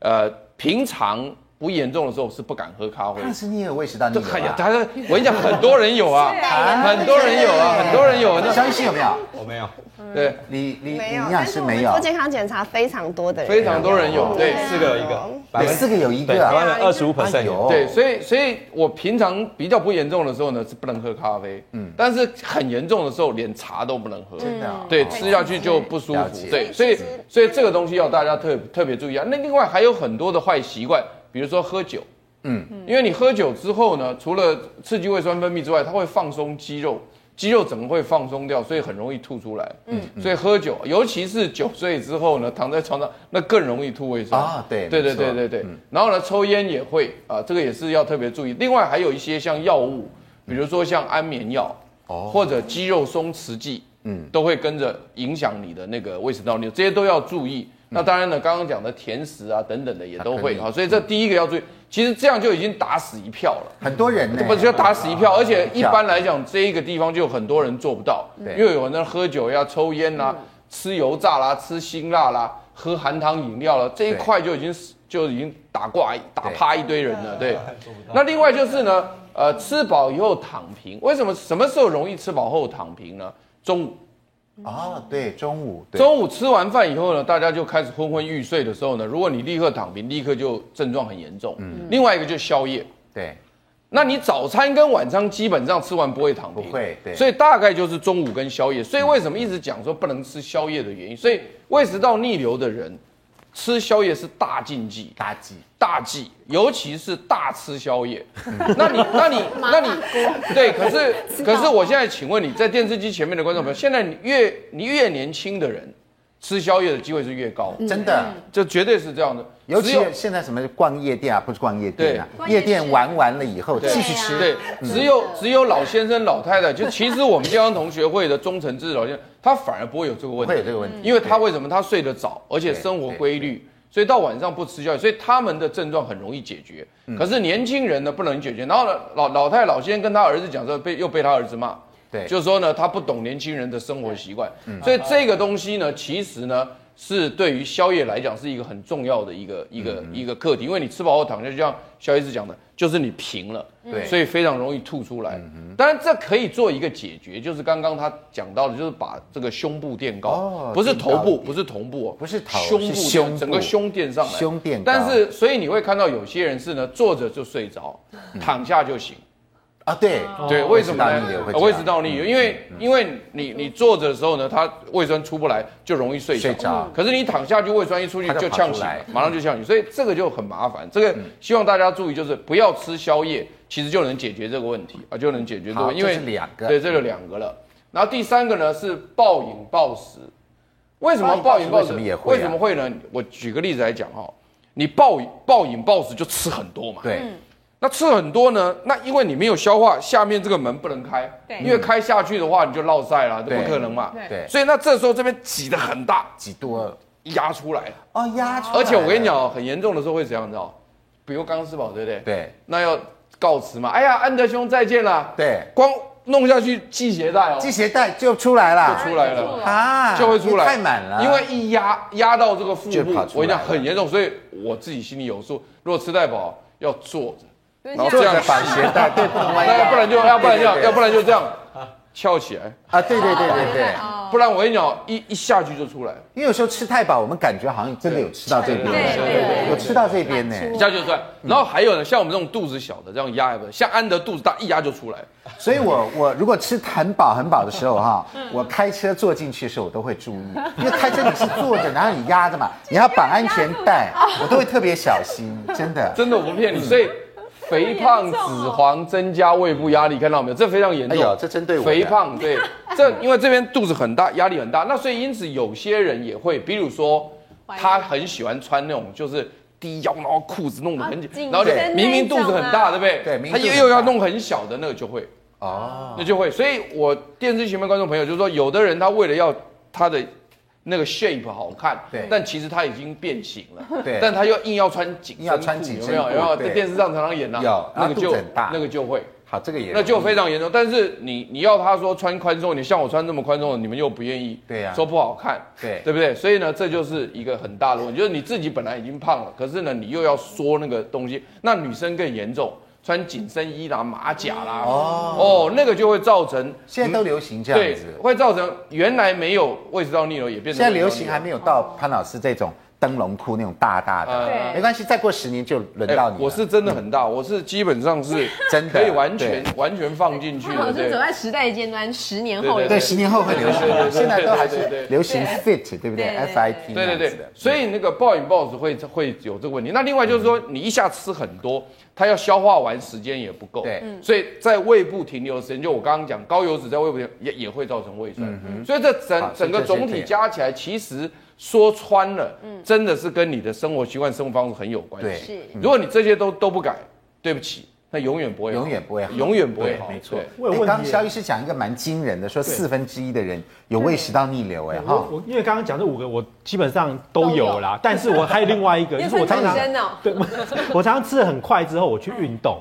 呃，平常不严重的时候啊是不敢喝咖啡的但。是你也有胃食道逆这流、哎呀，啊。他我跟你讲，很多人有 啊，很多人有 啊，很多人有。那肖医师有没有？我没有。对，你你你营没有，养但师是我没们有做？健康检查非常多的人，非常多人有。对四个有一个，百有分四之个有一对，个台啊。湾人二十五 percent 有。对，所以所以我平常比较不严重的时候呢，是不能喝咖啡。嗯，但是很严重的时候，连茶都不能喝。真的啊嗯对，吃下去就不舒服了解。对，所以所以这个东西要大家特特别注意啊。那另外还有很多的坏习惯，比如说喝酒。嗯，因为你喝酒之后呢，除了刺激胃酸分泌之外，它会放松肌肉，肌肉整个会放松掉，所以很容易吐出来。嗯，所以喝酒，尤其是酒醉之后呢，躺在床上那更容易吐胃酸啊对对没对错对对对。然后呢，抽烟也会啊，这个也是要特别注意。另外还有一些像药物，比如说像安眠药，哦或者肌肉松弛剂，嗯，都会跟着影响你的那个胃食道逆流，这些都要注意。那当然呢，刚刚讲的甜食啊等等的也都嗯啊肯会定啊，所以这第一个要注意。其实这样就已经打死一票了。很多人呢，这不是就打死一票，而且一般来讲，这一个地方就有很多人做不到，对因为有人喝酒呀、抽烟啦、吃油炸啦、吃辛辣啦、喝含糖饮料啦，这一块就已经死就已经打挂打趴一堆人了。对，那另外就是呢，呃，吃饱以后躺平，为什么什么时候容易吃饱后躺平呢？中午。哦，对，中午对中午吃完饭以后呢，大家就开始昏昏欲睡的时候呢，如果你立刻躺平，立刻就症状很严重。嗯另外一个就是宵夜，对那你早餐跟晚餐基本上吃完不会躺平，不会对所以大概就是中午跟宵夜。所以为什么一直讲说不能吃宵夜的原因？所以胃食道逆流的人吃宵夜是大禁忌，垃圾大忌，尤其是大吃 宵夜。那你，那你，那你，对，可是，可是我现在请问你，在电视机前面的观众朋友，现在你越你越年轻的人，吃宵夜的机会是越嗯高，真的。这绝对是这样的。尤只其有现在什么逛夜店啊，不是逛夜店啊，夜店玩完了以后继续啊吃，嗯对，只有只有老先生、老太太，就其实我们健康同学会的忠诚志老先生，他反而不会有这个问不会，题有这个问题，因为他为什么他睡得早，而且生活规律，所以到晚上不吃宵夜，所以他们的症状很容易解决。嗯可是年轻人呢，不能解决。然后呢，老老太太、老先生跟他儿子讲说，被又被他儿子骂，对就是说呢，他不懂年轻人的生活习惯，哎嗯所以这个东西呢，其实呢。是对于宵夜来讲是一个很重要的一个一嗯个一个课题，因为你吃饱后躺下，就像肖医师讲的，就是你平了，对嗯所以非常容易吐出来。当然，这可以做一个解决，就是刚刚他讲到的，就是把这个胸部垫高，哦不是头垫高一部，点不是头部、哦，不是头胸是部胸部整个胸垫上来，胸垫高但是，所以你会看到有些人是呢，坐着就睡着，嗯躺下就醒。啊，对对，为什么胃食呢道逆流会？这嗯呃样胃食道逆流，因为因为你你坐着的时候呢，它胃酸出不来，就容易睡着。睡着可是你躺下去，胃酸一出去它就就跑呛出醒来嗯了，马上就呛醒，所以这个就很麻烦。这个希望大家注意，就是不要吃宵夜，其实就能解决这个问题啊，就能解决这个好问题。因为这是两个对，这就两个了。然后第三个呢是暴饮暴食，为什么暴暴饮饮暴暴食为什食么也会啊为什么会呢？我举个例子来讲哈、你暴饮暴饮暴食就吃很多嘛，对，那吃很多呢？那因为你没有消化，下面这个门不能开，对因为开下去的话你就落塞了，这对不可能嘛。对所以那这时候这边挤得很大，几多了压出来了。哦压出来了而且我跟你讲，哦，很严重的时候会怎样，你知道？比如刚刚吃饱，对不对？。对那要告辞嘛？哎呀，安德兄再见啦。。对，光弄下去系鞋带哦，系鞋带就出来就了出来了。啊就会出来，太满了，因为一压压到这个腹就部跑出来了，我跟你讲很严重，所以我自己心里有数。如果吃太饱，要坐着，有点然后像这样绑鞋带，对，不能弯腰 那不然就要不然对对要对要不然就这样翘起来，啊，对对对对对，不然我跟你讲，一一下去就出来了，因为有时候吃太饱，我们感觉好像真的有吃到这边，对对对对有吃到这边呢。一下就出来。然后还有呢，像我们这种肚子小的，这样压一下，像安德肚子大，一压就出来了。所以我我如果吃很饱很饱的时候哈，嗯我开车坐进去的时候我都会注意，因为开车你是坐着，然后你压着嘛，你还要绑安全 带，哦我都会特别小心，真的。真的，我不骗你。所以，肥胖、脂肪增加胃部压力，看到没有？这非常严重。哎呦这针对我的肥 胖，对，这因为这边肚子很大，压力很大，那所以因此有些人也会，比如说他很喜欢穿那种就是。低腰，然后裤子弄得很啊紧紧，然后身明明那肚种子很大，啊对不对？对明明他肚子又很又要大弄很小的那个就会，哦，那就会。所以我电视前面观众朋友就是说，有的人他为了要他的那个 shape 好看，对但其实他已经变形了，对但他又硬要穿紧身硬要裤穿紧身有没有？裤有没有？对在电视上常常演啊，有那个然后就肚子很大那个就会，好，这个也那就非常严重。但是你你要他说穿宽松一点，像我穿这么宽松的，你们又不愿意，对呀说不好看，对对不对？所以呢，这就是一个很大的问题，就是你自己本来已经胖了，可是呢，你又要缩那个东西，那女生更严重。穿紧身衣啦、马甲啦，哦那个就会造成现在都流行这样对子，，会造成原来没有胃食道逆流也变成现在流行还没没有到潘老师这种灯笼裤那种大大的，对没关系，再过十年就轮到你了。啊哎我是真的很大，我是基本上是真的可以完全完全放进去他的，好像对走。在时代的尖端，十年后对有对，十年后会流行对对，对现在都还对对是对流行 fit，对不对对对？F I T 对对对，所以那个暴饮暴食会会有这个问题。那另外就是说，你一下吃很多，它要消化完时间也不够，对嗯所以在胃部停留的时间，就我刚刚讲高油脂在胃部停留也也会造成胃酸，所以这嗯整好整所个以这是总体对加起来，其实说穿了，嗯真的是跟你的生活习惯、生活方式很有关系。对嗯是如果你这些都都不改，对不起，那永远不会好，永远不会好永远不会对好，没错对我有哎问题刚刚耶肖医师讲一个蛮惊人的，说四分之一的人有胃食道逆流，哎哈我，我因为刚刚讲这五个，我基本上都有啦，但是我还有另外一 个，你有就是我常穿紧常啊身哦 对，我我常常吃的很快之后，我去运动，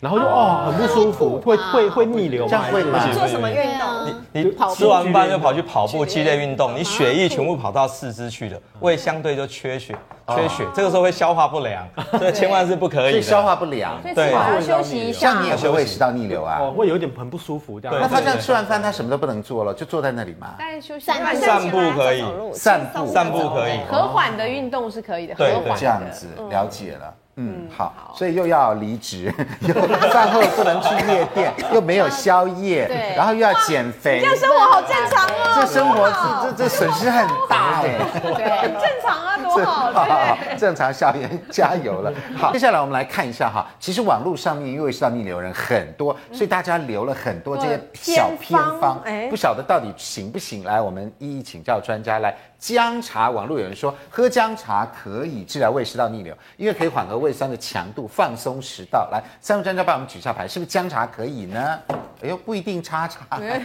然后就哦很不 舒服，会会会逆流吗，这样会吗还是做什么运对动？啊，你跑步吃完饭就剧烈运动跑去跑步激烈运动，你血液全部跑到四肢去了，胃相对就缺血，缺血，这个时候会消化不良，所以千万是不可啊所以以消的。化不良，所以对啊吃饱要休息一下像你。也会胃食道逆流啊。哦会有一点很不舒服这样。对那他这样对吃完饭，他什么都不能做了，就坐在那里嘛，大概休息散半小步时散步可以，散步，散步可以，和缓的运动是可以的，对和缓的这样子了解了。嗯，好，所以又要离职， 又饭后不能去夜 店，又没有宵夜，对然后又要减肥，这样生活好正常哦，这生活这这这损失很大哎、很正常啊，多这好，对不对好？ 正常校园加油了。好，接下来我们来看一下哈，其实网络上面因为知道逆流人很多，所以大家留了很多这些小偏偏方方哎，不晓得到底行不行。来，我们一一请教专家。来，姜茶，网络有人说喝姜茶可以治疗胃食道逆流，因为可以缓和胃酸的强度，放松食道。来，三位专家帮我们举下牌，是不是姜茶可 以呢？哎呦，不一定叉叉。来，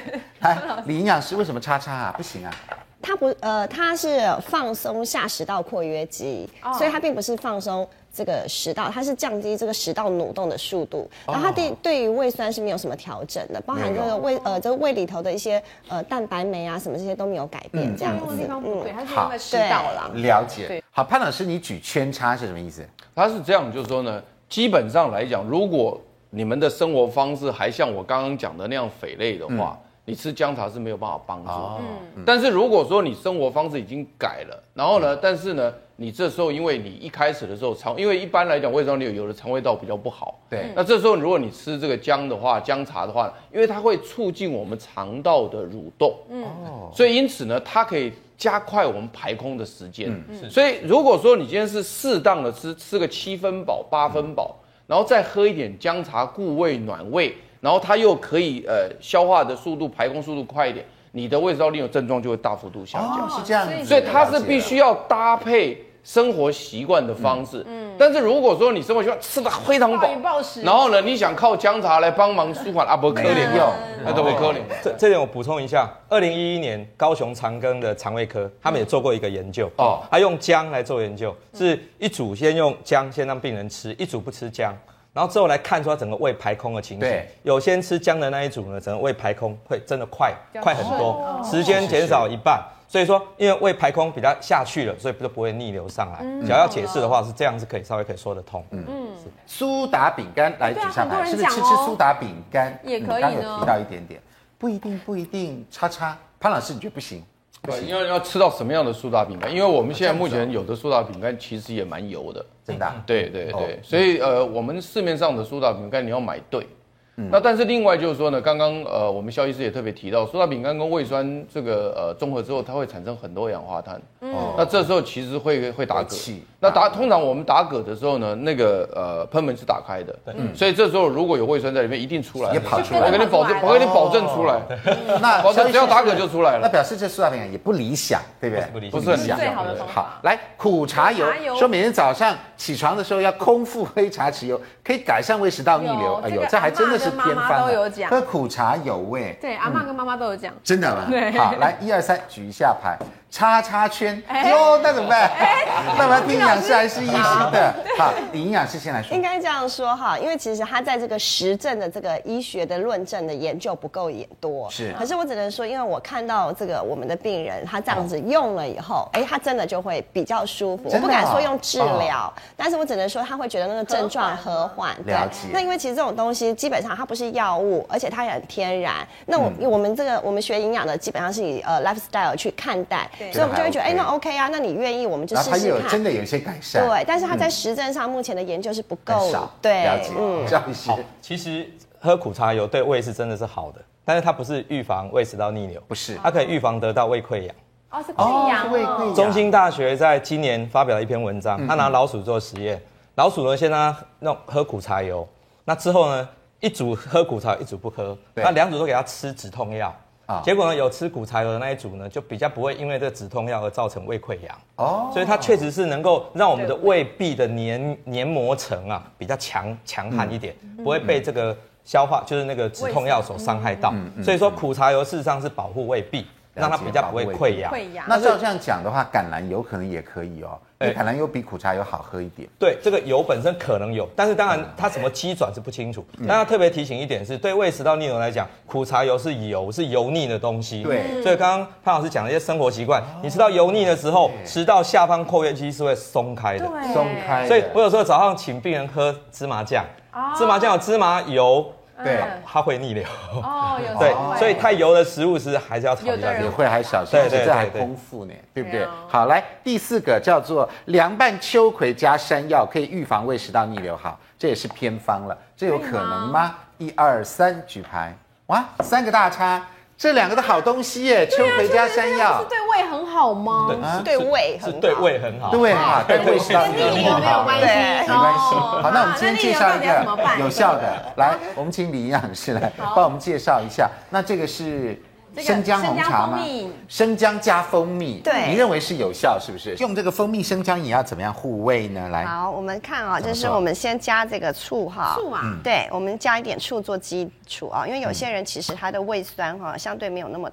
李营养师为什么叉叉啊？不行啊。它不呃，它是放松下食道括约肌，所以它并不是放松这个食道，它是降低这个食道蠕动的速度。然后它对对于胃酸是没有什么调整的，包含哦没有这个胃呃这个胃里头的一些呃蛋白酶啊什么这些都没有改变，嗯这样用的子地。方不对，它是好用在食道啦。了解。好，潘老师，你举圈叉是什么意思？它是这样，就是说呢，基本上来讲，如果你们的生活方式还像我刚刚讲的那样匪类的话，你吃姜茶是没有办法帮助的。但是如果说你生活方式已经改了，然后呢，但是呢，你这时候因为你一开始的时候肠，因为一般来讲胃酸瘤有的肠胃道比较不好，对那这时候如果你吃这个姜的话，姜茶的话，因为它会促进我们肠道的蠕动，哦所以因此呢，它可以加快我们排空的时间。嗯嗯所以如果说你今天是适当的吃，吃个七分饱、八分饱，嗯然后再喝一点姜茶固胃暖胃，然后它又可以呃消化的速度、排空速度快一点，你的胃食道逆流症状就会大幅度下降。哦，是这样子，所以它是必须要搭配生活习惯的方式。嗯，但是如果说你生活习惯吃的非常饱暴饮啊暴食，然后呢，你想靠姜茶来帮忙舒缓阿伯可没怜有，那都不可怜。这这点我补充一下，二零一一年高雄长庚的肠胃科，他们也做过一个研究哦哦，他用姜来做研究，是一组先用姜先让病人吃，一组不吃姜，然后之后来看出他整个胃排空的情形对。有先吃姜的那一组呢，整个胃排空会真的快快哦很多，时间减少一半。所以说，因为胃排空比较下去了，所以就不会逆流上来。只要要解释的话，是这样是可以稍微可以说得通。嗯，吃。苏打饼干来举对啊下牌，很多人是不是讲吃吃哦苏打饼干嗯也可以你刚刚有呢提到一点点，不一定，不一定，叉叉。潘老师，你觉得不行？不对，行，要要吃到什么样的苏打饼干？因为我们现在目这前有的苏打饼干其实也蛮油的。真的啊。对嗯对哦对，所以呃，我们市面上的苏打饼干你要买对。嗯那但是另外就是说呢，刚刚呃，我们肖医师也特别提到，苏打饼干跟胃酸这个呃综合之后，它会产生很多二氧化碳。哦那这时候其实会会打会嗝气。那打通常我们打嗝的时候呢，那个呃喷门是打开的，嗯所以这时候如果有胃酸在里面，一定出来。也跑出来我给你保证，就我跟给着你保证哦出来。嗯那好的肖医师只要打嗝就出来了那表示这苏打饼干也不理想，对不对？不是很理想不是最好的方法好，来苦茶油苦茶油，说每天早上起床的时候要空腹喝茶匙油，可以改善胃食道逆有流。哎这呦个，这还真的是阿嬷偏跟妈妈方都有啊讲喝苦茶油哎喂。对，阿妈跟妈妈都有讲，真的吗？对好，来一二三，举一下牌，叉叉圈。哎哟，那怎么办？那我们要听营养师还是医师的？好，你营养师先来说应。该这样说哈，因为其实它在这个实证的这个医学的论证的研究不够也多，是可是我只能说，因为我看到这个我们的病人，他这样子用了以后，哎、他真的就会比较舒服。我哦真的啊哦不敢说用治疗，但是我只能说他会觉得那个症状和缓。对了解那因为其实这种东西基本上它不是药物，而且它也很天然。那我、嗯我们这个我们学营养的基本上是以呃 lifestyle 去看待，所以我们就会觉得，哎、觉得还 OK 那 OK 啊，那你愿意我们就然后试他试又有看。真的有一些改善，对，但是它在实证上目前的研究是不很够少。，对嗯了解，。嗯赵医师好，其实喝苦茶油对胃是真的是好的，但是它不是预防胃食道逆流，不是它可以预防得到胃溃疡。哦，是溃疡胃哦溃中兴大学在今年发表了一篇文嗯章，他拿老鼠做实验，老鼠呢先让它弄喝苦茶油，那之后呢一组喝苦茶，一组不喝，对那两组都给它吃止痛药啊。结果呢，有吃苦茶油的那一组呢，就比较不会因为这个止痛药而造成胃溃疡。哦，所以它确实是能够让我们的胃壁的黏黏膜层啊比较强强悍一点，嗯不会被这个消化就是那个止痛药所伤害嗯到。所以说苦茶油事实上是保护胃壁，解让它比较不会溃疡。溃疡。那照这样讲的话，橄榄油可能也可以哦，因为橄榄油比苦茶油好喝一点。对，这个油本身可能有，但是当然嗯它什么机转是不清楚。但要特别提醒一点是，对胃食道逆流来讲，苦茶油是油，是油腻的东西。对哦所以刚刚潘老师讲的一些生活习惯，你吃到油腻的时候，食道下方括约肌是会松开的。对松开的所以我有时候早上请病人喝芝麻酱，哦芝麻酱有芝麻油，对嗯它会逆流。哦，有对时候，会所以太油的食物其实还是要有调的节。也会还小心，对而且对这还对对空腹呢，对不对对啊？好，来第四个叫做凉拌秋葵加山药，可以预防胃食道逆流。好，这也是偏方了，这有可能吗？一二三，举牌。哇，三个大叉，这两个的好东西耶，秋葵加山药是，对胃很好吗？对，对是胃是很对好胃很好。对啊，跟胃食道逆流跟逆流没有关系对没关系。哦好，那我们今天介绍那一逆流到底要怎么个办有效的，来，我们请李营养师来帮我们介绍一下。那这个是。这个生姜红茶吗生姜蜂蜜？生姜加蜂蜜，对你认为是有效是不是？用这个蜂蜜生姜也要怎么样护胃呢？来，好，我们看啊、怎就么是做我们先加这个醋哈，醋啊嗯对，我们加一点醋做基础啊、因为有些人其实他的胃酸嗯哈、相对没有那么，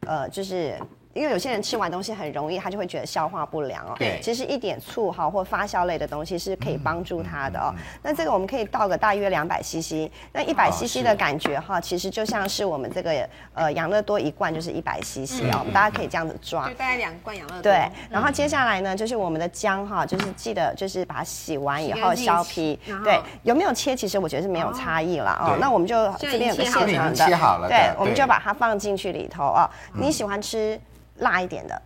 呃，就是。因为有些人吃完东西很容易，他就会觉得消化不良哦。对其实一点醋哈或发酵类的东西是可以帮助他嗯的哦。那这个我们可以倒个大约两百 CC，那一啊百 CC 的感觉哈，其实就像是我们这个呃养乐多一罐就是一百 CC 嗯哦，我们大家可以这样子抓就。大概两罐养乐多。对，然后接下来呢，就是我们的姜哈，就是记得就是把它洗完以洗后干净削皮然后，对，有没有切其实我觉得是没有差异了哦对。那我们就现在这边有个已经现切好了成已经切好了的，对的，我们对嗯就把它放进去里头哦。你喜欢吃？辣一点的，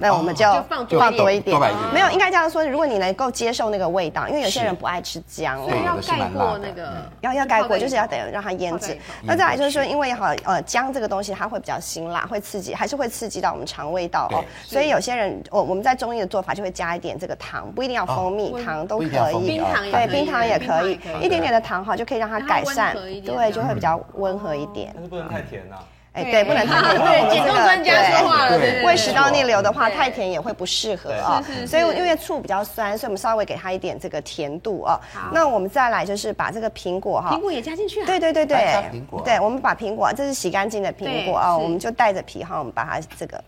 那我们就哦就放多一点多一点多摆一点，没有，应该这样说，如果你能够接受那个味道，因为有些是人不爱吃姜，所以要哦有的是盖蛮辣的嗯过那个，要要盖泡过，在就是里要头得让它腌泡在制里头。那再来就是说，腌制因为哈呃姜这个东西它会比较辛辣，会刺激，还是会刺激到我们肠胃道哦对。所以有些人，我我们在中医的做法就会加一点这个糖，不一定要蜂蜜，哦糖都不一定要可蜂蜜啊冰。糖也以可以对，冰糖也可以冰糖也可，以一点点的糖哈就可以让它让它改善温和一，点嗯对，就会比较温和一点。但是不能太甜啊。哎，对，不能太甜，因为我啊对，减重专们这个家说话了，对对对对胃食道逆流的话，对太甜也会不适合啊是是。是所以因为醋比较酸，所以我们稍微给它一点这个甜度啊。那我们再来就是把这个苹果哈苹，果也加进去啊。对对对对白砂苹果，对，我们把苹果，这是洗干净的苹果啊，对是我们就带着皮哈，我们把它这个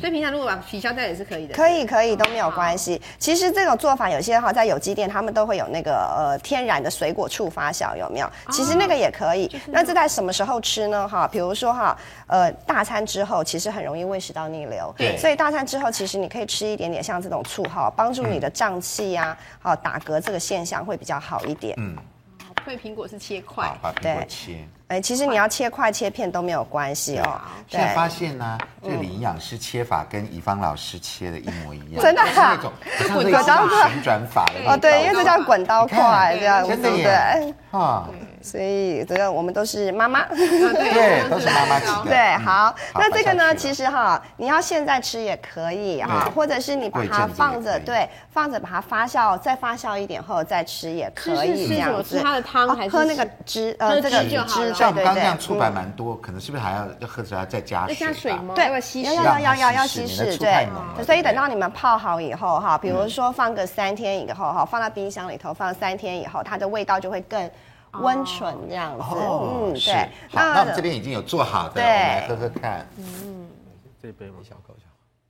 所以平常如果把取消掉也是可以的。可以可以都没有关系。其实这种做法有些的话，在有机店他们都会有那个呃天然的水果醋发酵，有没有？其实那个也可以。哦那这在什么时候吃呢？哈，比如说哈，呃，大餐之后其实很容易胃食道逆流，对所以大餐之后其实你可以吃一点点像这种醋哈，帮助嗯你的胀气呀、好、打嗝这个现象会比较好一点。嗯所以苹果是切块好，，把苹果对切。哎、其实你要切块切片都没有关系哦。啊现在发现呢、这个李营养师切法跟怡芳老师切的一模一样，真的啊就是那种像这个旋转法的味道哦，对，因为这叫滚刀块，你看这样子真的对不耶对？啊，所以这个我们都是妈妈。啊对对，都是妈妈级的，对，好，好那这摆个下呢，去其实哈，你要现在吃也可以哈对，或者是你把过一阵它子也放可着，以对，放着把它发酵，再发酵一点后再吃也可是以是什么这样吃子。它的汤哦还是喝吃那个汁？喝呃，这个汁汁，就好了嗯像我对们刚刚对嗯这样醋白对。蛮多，可能是不是还要要喝着还要再加要水？加水吗？对，要不要稀要释？要要要让它要稀稀释你那释，醋太对浓了，对所以等到你们泡好以后哈，比如说放个三天以后哈，放到冰箱里头放三天以后，它的味道就会更温醇这样子。哦，嗯，是对。。好，那我们这边已经有做好的，我对们来喝喝看。这杯吗？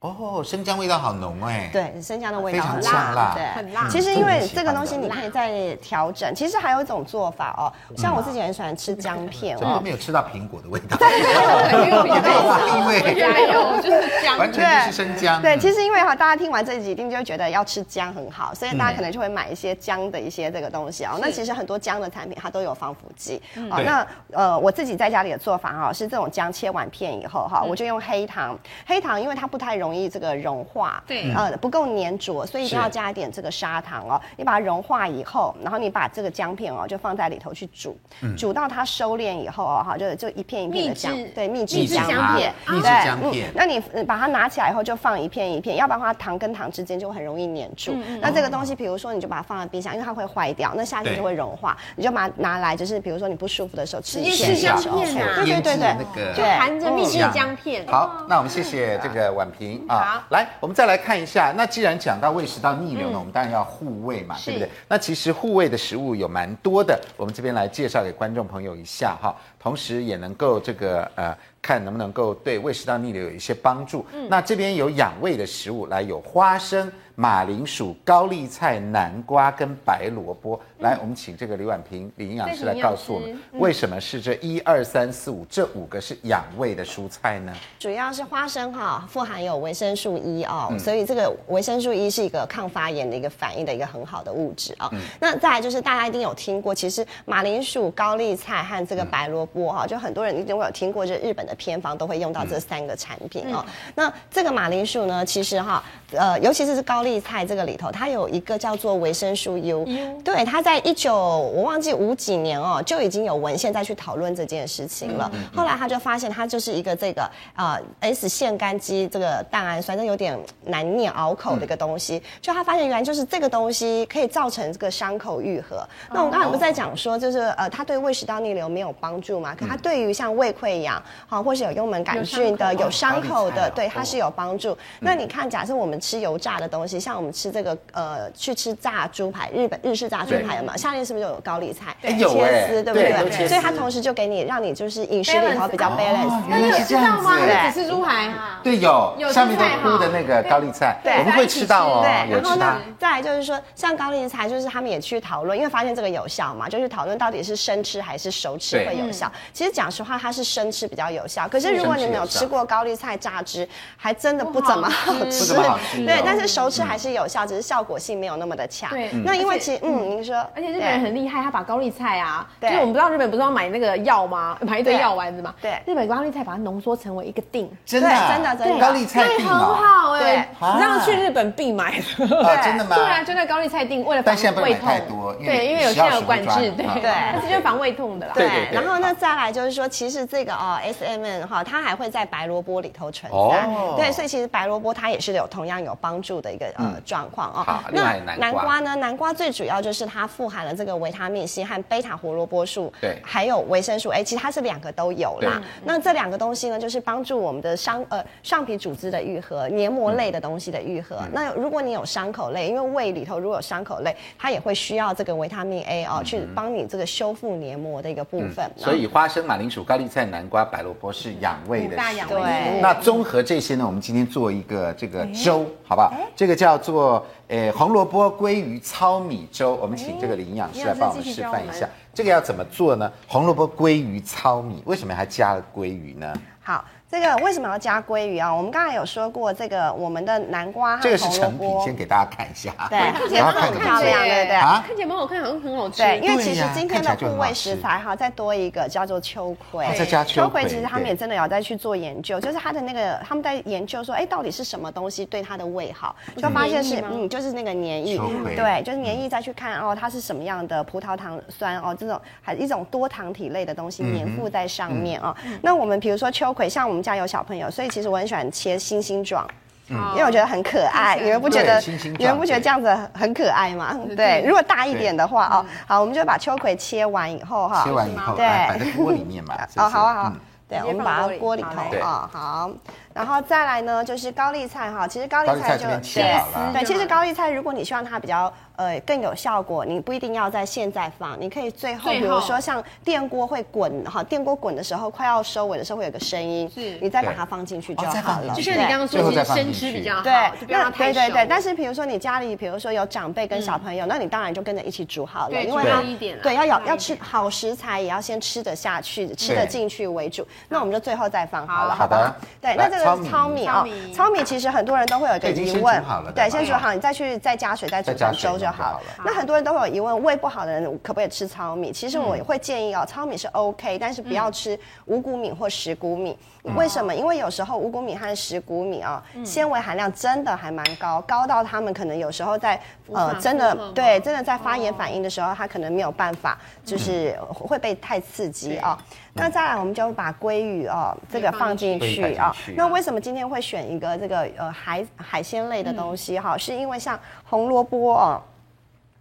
哦，生姜味道好浓哎。。对生姜的味道非常很像辣辣，对，很辣其实因为这个东西嗯你可以再调整。其实还有一种做法哦，像我自己很喜欢吃姜片怎么哦都。没有吃到苹果的味道，因为我 也没有花冰加味，油，就是姜。 完全就是生姜。对，嗯其实因为哈，大家听完这集一定就会觉得要吃姜很好，所以大家可能就会买一些姜的一些这个东西哦。那其实很多姜的产品它都有防腐剂哦。那呃，我自己在家里的做法哈，是这种姜切完片以后哈，我就用黑糖，黑糖因为它不太容易这个融化，对呃，不够粘着，所以一定是要加一点这个砂糖哦。你把它融化以后，然后你把这个姜片哦就放在里头去煮，煮到它收敛以后哦，哈，就就一片一片的秘制姜，对，秘制秘制姜姜片片，秘制对啊姜片嗯那你呃把它拿起来以后就放一片一片，要不然的话糖跟糖之间就很容易粘嗯住。那这个东西，比如说你就把它放在冰箱，因为它会坏掉，那夏天对就会融化，你就把它拿来，就是比如说你不舒服的时候吃一直接片吃姜就好片啊对对腌制对对那，个就含着秘制酱姜片。好，那我们谢谢这个婉平啊好。来，我们再来看一下。那既然讲到胃食道逆流呢，我们当然要护胃嘛，对不对是？那其实护胃的食物有蛮多的，我们这边来介绍给观众朋友一下哈，同时也能够这个呃。看能不能够对胃食道逆流有一些帮助。那这边有养胃的食物，来有花生、马铃薯、高丽菜、南瓜跟白萝卜。来，我们请这个李婉平嗯李营养师来告诉我对们，为什么是这一二三四五这五个是养胃的蔬菜呢？主要是花生哈、富含有维生素 E 哦，所以这个维生素 E 是一个抗发炎的一个反应的一个很好的物质哦。那再来就是大家一定有听过，其实马铃薯、高丽菜和这个白萝卜哈、就很多人一定会有听过，就是日本的偏方都会用到这三个产品哦。那这个马铃薯呢，其实哈、呃，尤其是高丽菜这个里头，它有一个叫做维生素 U，对，它在一九我忘记五几年哦，就已经有文献再去讨论这件事情了。后来他就发现它就是一个这个呃 S 腺苷基这个蛋氨酸，这有点难念拗口的一个东西。就他发现原来就是这个东西可以造成这个伤口愈合。那我们刚才不是在讲说，就是呃，它对胃食道逆流没有帮助嘛？可它对于像胃溃疡好、或是有幽门杆菌的、有伤口的，哦对它是有帮嗯助。那你看，假设我们吃油炸的东西，像我们吃这个呃，去吃炸猪排，日本日式炸猪排有没有？下面是不是有高丽菜、哎有哎切丝，对不对都切丝对？所以它同时就给你让你就是饮食里头比较 balance 原来是这样知道吗？子。你只吃猪排啊？对，有有下面青都菜铺的哈那个高丽菜，对我们会吃到哦，对，有然后吃到呢。，再来就是说，像高丽菜，就是他们也去讨论，因为发现这个有效嘛，就去讨论到底是生吃还是熟吃对会有效。其实讲实话，它是生吃比较有效。可是如果生吃你没有有效吃过高丽菜榨汁，还真的不怎么好不吃怎么。好吃哦。对，但是熟吃还是有效，只是效果性没有那么的强。嗯对那因而为且其实，嗯，您说，而且日本对人很厉害，他把高丽菜啊，就对是我们不知道日本不是要买那个药吗？买一堆对药丸子嘛。对日本高丽菜把它浓缩成为一个锭，真的啊对真的真的高丽菜对，定很哦，好哎，对你知道去日本必买的。啊真的吗？对啊，就那高丽菜锭，为了防但现在不能胃买太痛多，因为对，因为有需现要在有手管抓制，嘛对对但是就是防胃痛的啦。对对对然后呢，再来就是说，其实这个哦，S M N 哈，它还会在白萝卜里头存在。哦对，所以其实白萝卜它也是有同样有帮助的一个呃状况哦嗯好。另那外南瓜南瓜呢？南瓜最主要就是它富含了这个维他命 C 和贝塔胡萝卜素，对还有维生素 A，其实它是两个都有啦。那这两个东西呢，就是帮助我们的伤呃上皮组织的愈合，黏膜类的东西的愈嗯合。那如果你有伤口类，因为胃里头如果有伤口类，它也会需要这个维他命 A 哦，去帮你这个修复黏膜的一个部分。嗯啊所以花生、马铃薯、高丽菜、南瓜、白萝卜是养胃的五大食养物胃对那综合这些呢，我们今天做一个这个粥，好不好？这个叫做呃红萝卜鲑鱼糙米粥，我们请这个营养师来帮我们示范一下哎，这个要怎么做呢？红萝卜鲑鱼糙米，为什么还加了鲑鱼呢？好，这个为什么要加鲑鱼啊？我们刚才有说过，这个我们的南瓜这个和是啊成红萝品，卜先，给大家看一下，对， 然后看很怎漂么亮，做对不对？啊。看起来蛮好看，好像很好吃。对，因为其对实呀今天看的起来就部很好位吃食材哈，再多一个叫做秋葵哦，再加秋葵其实他们对也真的有在去做研究，就是它的那个他们在研究说，哎，到底是什么东西对它的胃好，就发现是黏液吗嗯，就是那个黏液秋葵，对，就是黏液再去看哦，它是什么样的葡萄糖酸哦，这种还一种多糖体类的东西粘附在上面哦。嗯那我们比如说秋葵，像我们家有小朋友，所以其实我很喜欢切星星状。哦因为我觉得很可爱，你们不觉得对星星？你们状不觉得对这样子很可爱吗？对，如果大一点的话哦，好，我们就把秋葵切完以后哈，切完以后，对来摆在锅里面嘛。 是不哦，是好啊，好啊嗯对，直接我们放把锅它里锅里好头嘞哦，好，然后再来呢就是高丽菜哈，其实高丽高丽菜菜就这边切对好了对，其实高丽菜如果你希望它比较呃更有效果，你不一定要在现在放，你可以最后，最比后如说像电锅会滚哈，电锅滚的时候快要收尾的时候会有个声音，是你再把对它放进去哦就再好放了，进就像去你对刚刚最后说，再是放生进吃去比较好，就不要让它那太对熟。对对，但是比如说你家里，比如说有长辈跟小朋友，那你当然就跟着一起煮好了，对因为煮它好一点啦对要煮咬好要一吃点好食材，也要先吃得下去，吃得对进去为主。那我们就最后再放好了，好好不好好的？对，来那这个是糙糙米米糙哦米，糙米其实很多人都会有一个对已经疑先问煮好了，对对，吧先煮好，你再去再加水再煮再加成水粥就弄就好好了了。那很多人都会有疑问，胃不好的人可不可以吃糙米？其实我会建议哦，糙米是 OK，但是不要吃五谷米或十谷米。嗯为什么？因为有时候五谷米和十谷米啊，纤维含量真的还蛮高，高到他们可能有时候在无呃法真负荷的吗对真的在发炎反应的时候，它可能没有办法，就是哦会被太刺激哦。那再来，我们就把鲑鱼哦这个放进可以摆去进啊去。那为什么今天会选一个这个呃海海鲜类的嗯东西哈？是因为像红萝卜哦。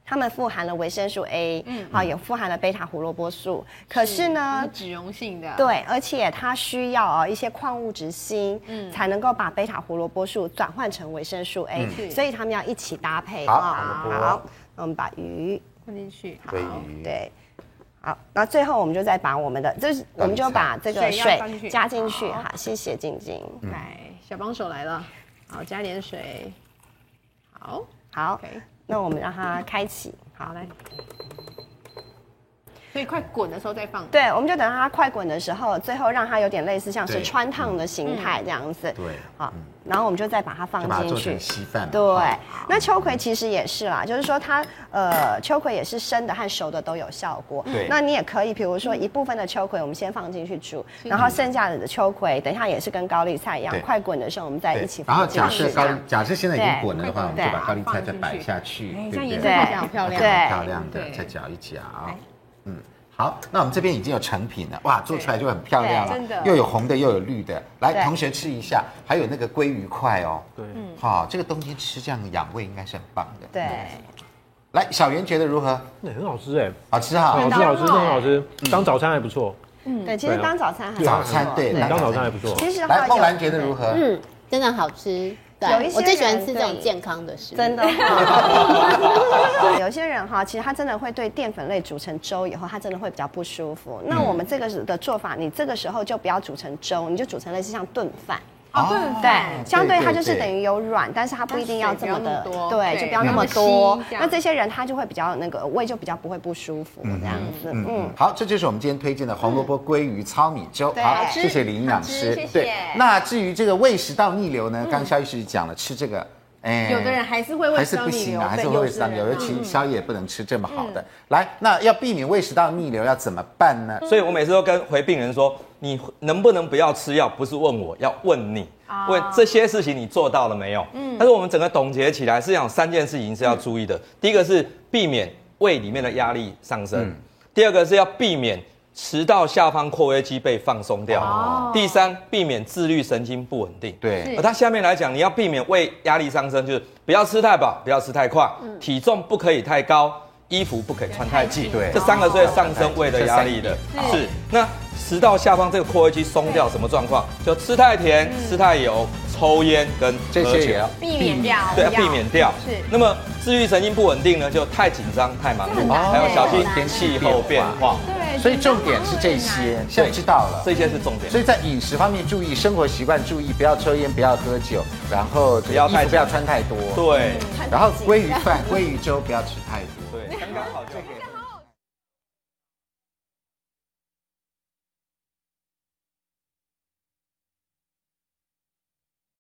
它们富含了维生素 A，嗯，好、也富含了贝塔胡萝卜素。可是呢，它是嗯脂溶性的，，对，而且它需要啊一些矿物质锌，嗯才能够把贝塔胡萝卜素转换成维生素 A，、是所以它们要一起搭配好啊胡萝卜好，那我们把鱼，放进去。鲑好鱼对。好，那最后我们就再把我们的，就是我们就把这个水要水放进去加进去，好好，谢谢静静。嗯来，小帮手来了，好，加点水。好好，OK，那我们让它开启，好好来。所以快滚的时候再放。对，我们就等到它快滚的时候，最后让它有点类似像对嗯是穿烫的形态这样子。对好，然后我们就再把它放嗯就把它进做去成。稀饭嘛。对哈，那秋葵其实也是啦，就是说它呃，秋葵也是生的和熟的都有效果。对那你也可以，比如说一部分的秋葵我们先放进去煮，然后剩下的秋葵等一下也是跟高丽菜一样对，快滚的时候我们再一对起然后放进假去。设高这丽样，假设现在已经对滚了的话，我们就对把高丽菜再放进去摆下去，哎这对样不颜对？色看起来看起来很很漂漂亮。哎亮对漂亮的，再搅一搅。嗯，好，那我们这边已经有成品了，哇，做出来就很漂亮了，对真的又有红的，又有绿的。来，对嗯同学吃一下，还有那个鲑鱼块哦。对，好、这个冬天吃这样养胃应该是很棒的。对，来，小圆觉得如何？那很好吃哎，好吃好嗯哈吃，好吃，真的很好哦吃，当早餐还不错，对，其实对啊当早餐还早餐对，嗯来当早餐还不错。其实的话来，梦兰有觉得如何？嗯，真的好吃。对有一，些我最喜欢人吃这种对健康的食物。真的哈， 有些人哈，其实他真的会对淀粉类煮成粥以后，他真的会比较不舒服。那我们这个的做法，你这个时候就不要煮成粥，你就煮成类似像炖饭。哦，对对，相对它就是等于于有软，但是它不一定要这么的，对，就不要那么不要那么多稀。这样那这些人他就会比较那个胃就比较不会不舒服这样子，嗯嗯。，好，这就是我们今天推荐的红萝卜鲑鱼糙米粥。对好好，吃谢谢林营养师。好吃谢谢嗯对，那至于这个胃食道逆流呢，刚刚肖医师讲了，吃这个，哎有的人还是会胃还食是道不逆行流啊，还是对会有胃食道的逆流，人嗯尤其宵夜不能吃这么好的。来，那要避免胃食道逆流要怎么办呢？所以我每次都跟回病人说，你能不能不要吃药？不是问我，要问你，问这些事情你做到了没有？啊嗯。但是我们整个总结起来是讲三件事情是要注意的，第一个是避免胃里面的压力上升，第二个是要避免食道下方括约肌被放松掉。哦第三，避免自律神经不稳定。对而它下面来讲，你要避免胃压力上升，就是不要吃太饱，不要吃太快，体重不可以太高，衣服不可以穿太紧。对这三个是上升胃的压力的。是。那食道下方这个括约肌松掉，什么状况？就吃太甜、吃太油、抽烟跟这喝些也酒要。避免掉，对，要不要避免掉。是那么自律神经不稳定呢，就太紧张、太忙这很碌，难还要小哦心天气气候变变化。对，所以紧张重点是这些，现在对知道了。这些是重点所。以在饮食方面注意，生活习惯注意，不要抽烟，不要喝酒，然后这个不要衣太服不要穿太多，对嗯然后鲑鱼饭、鲑鱼粥不要吃太多。对，刚刚好就好。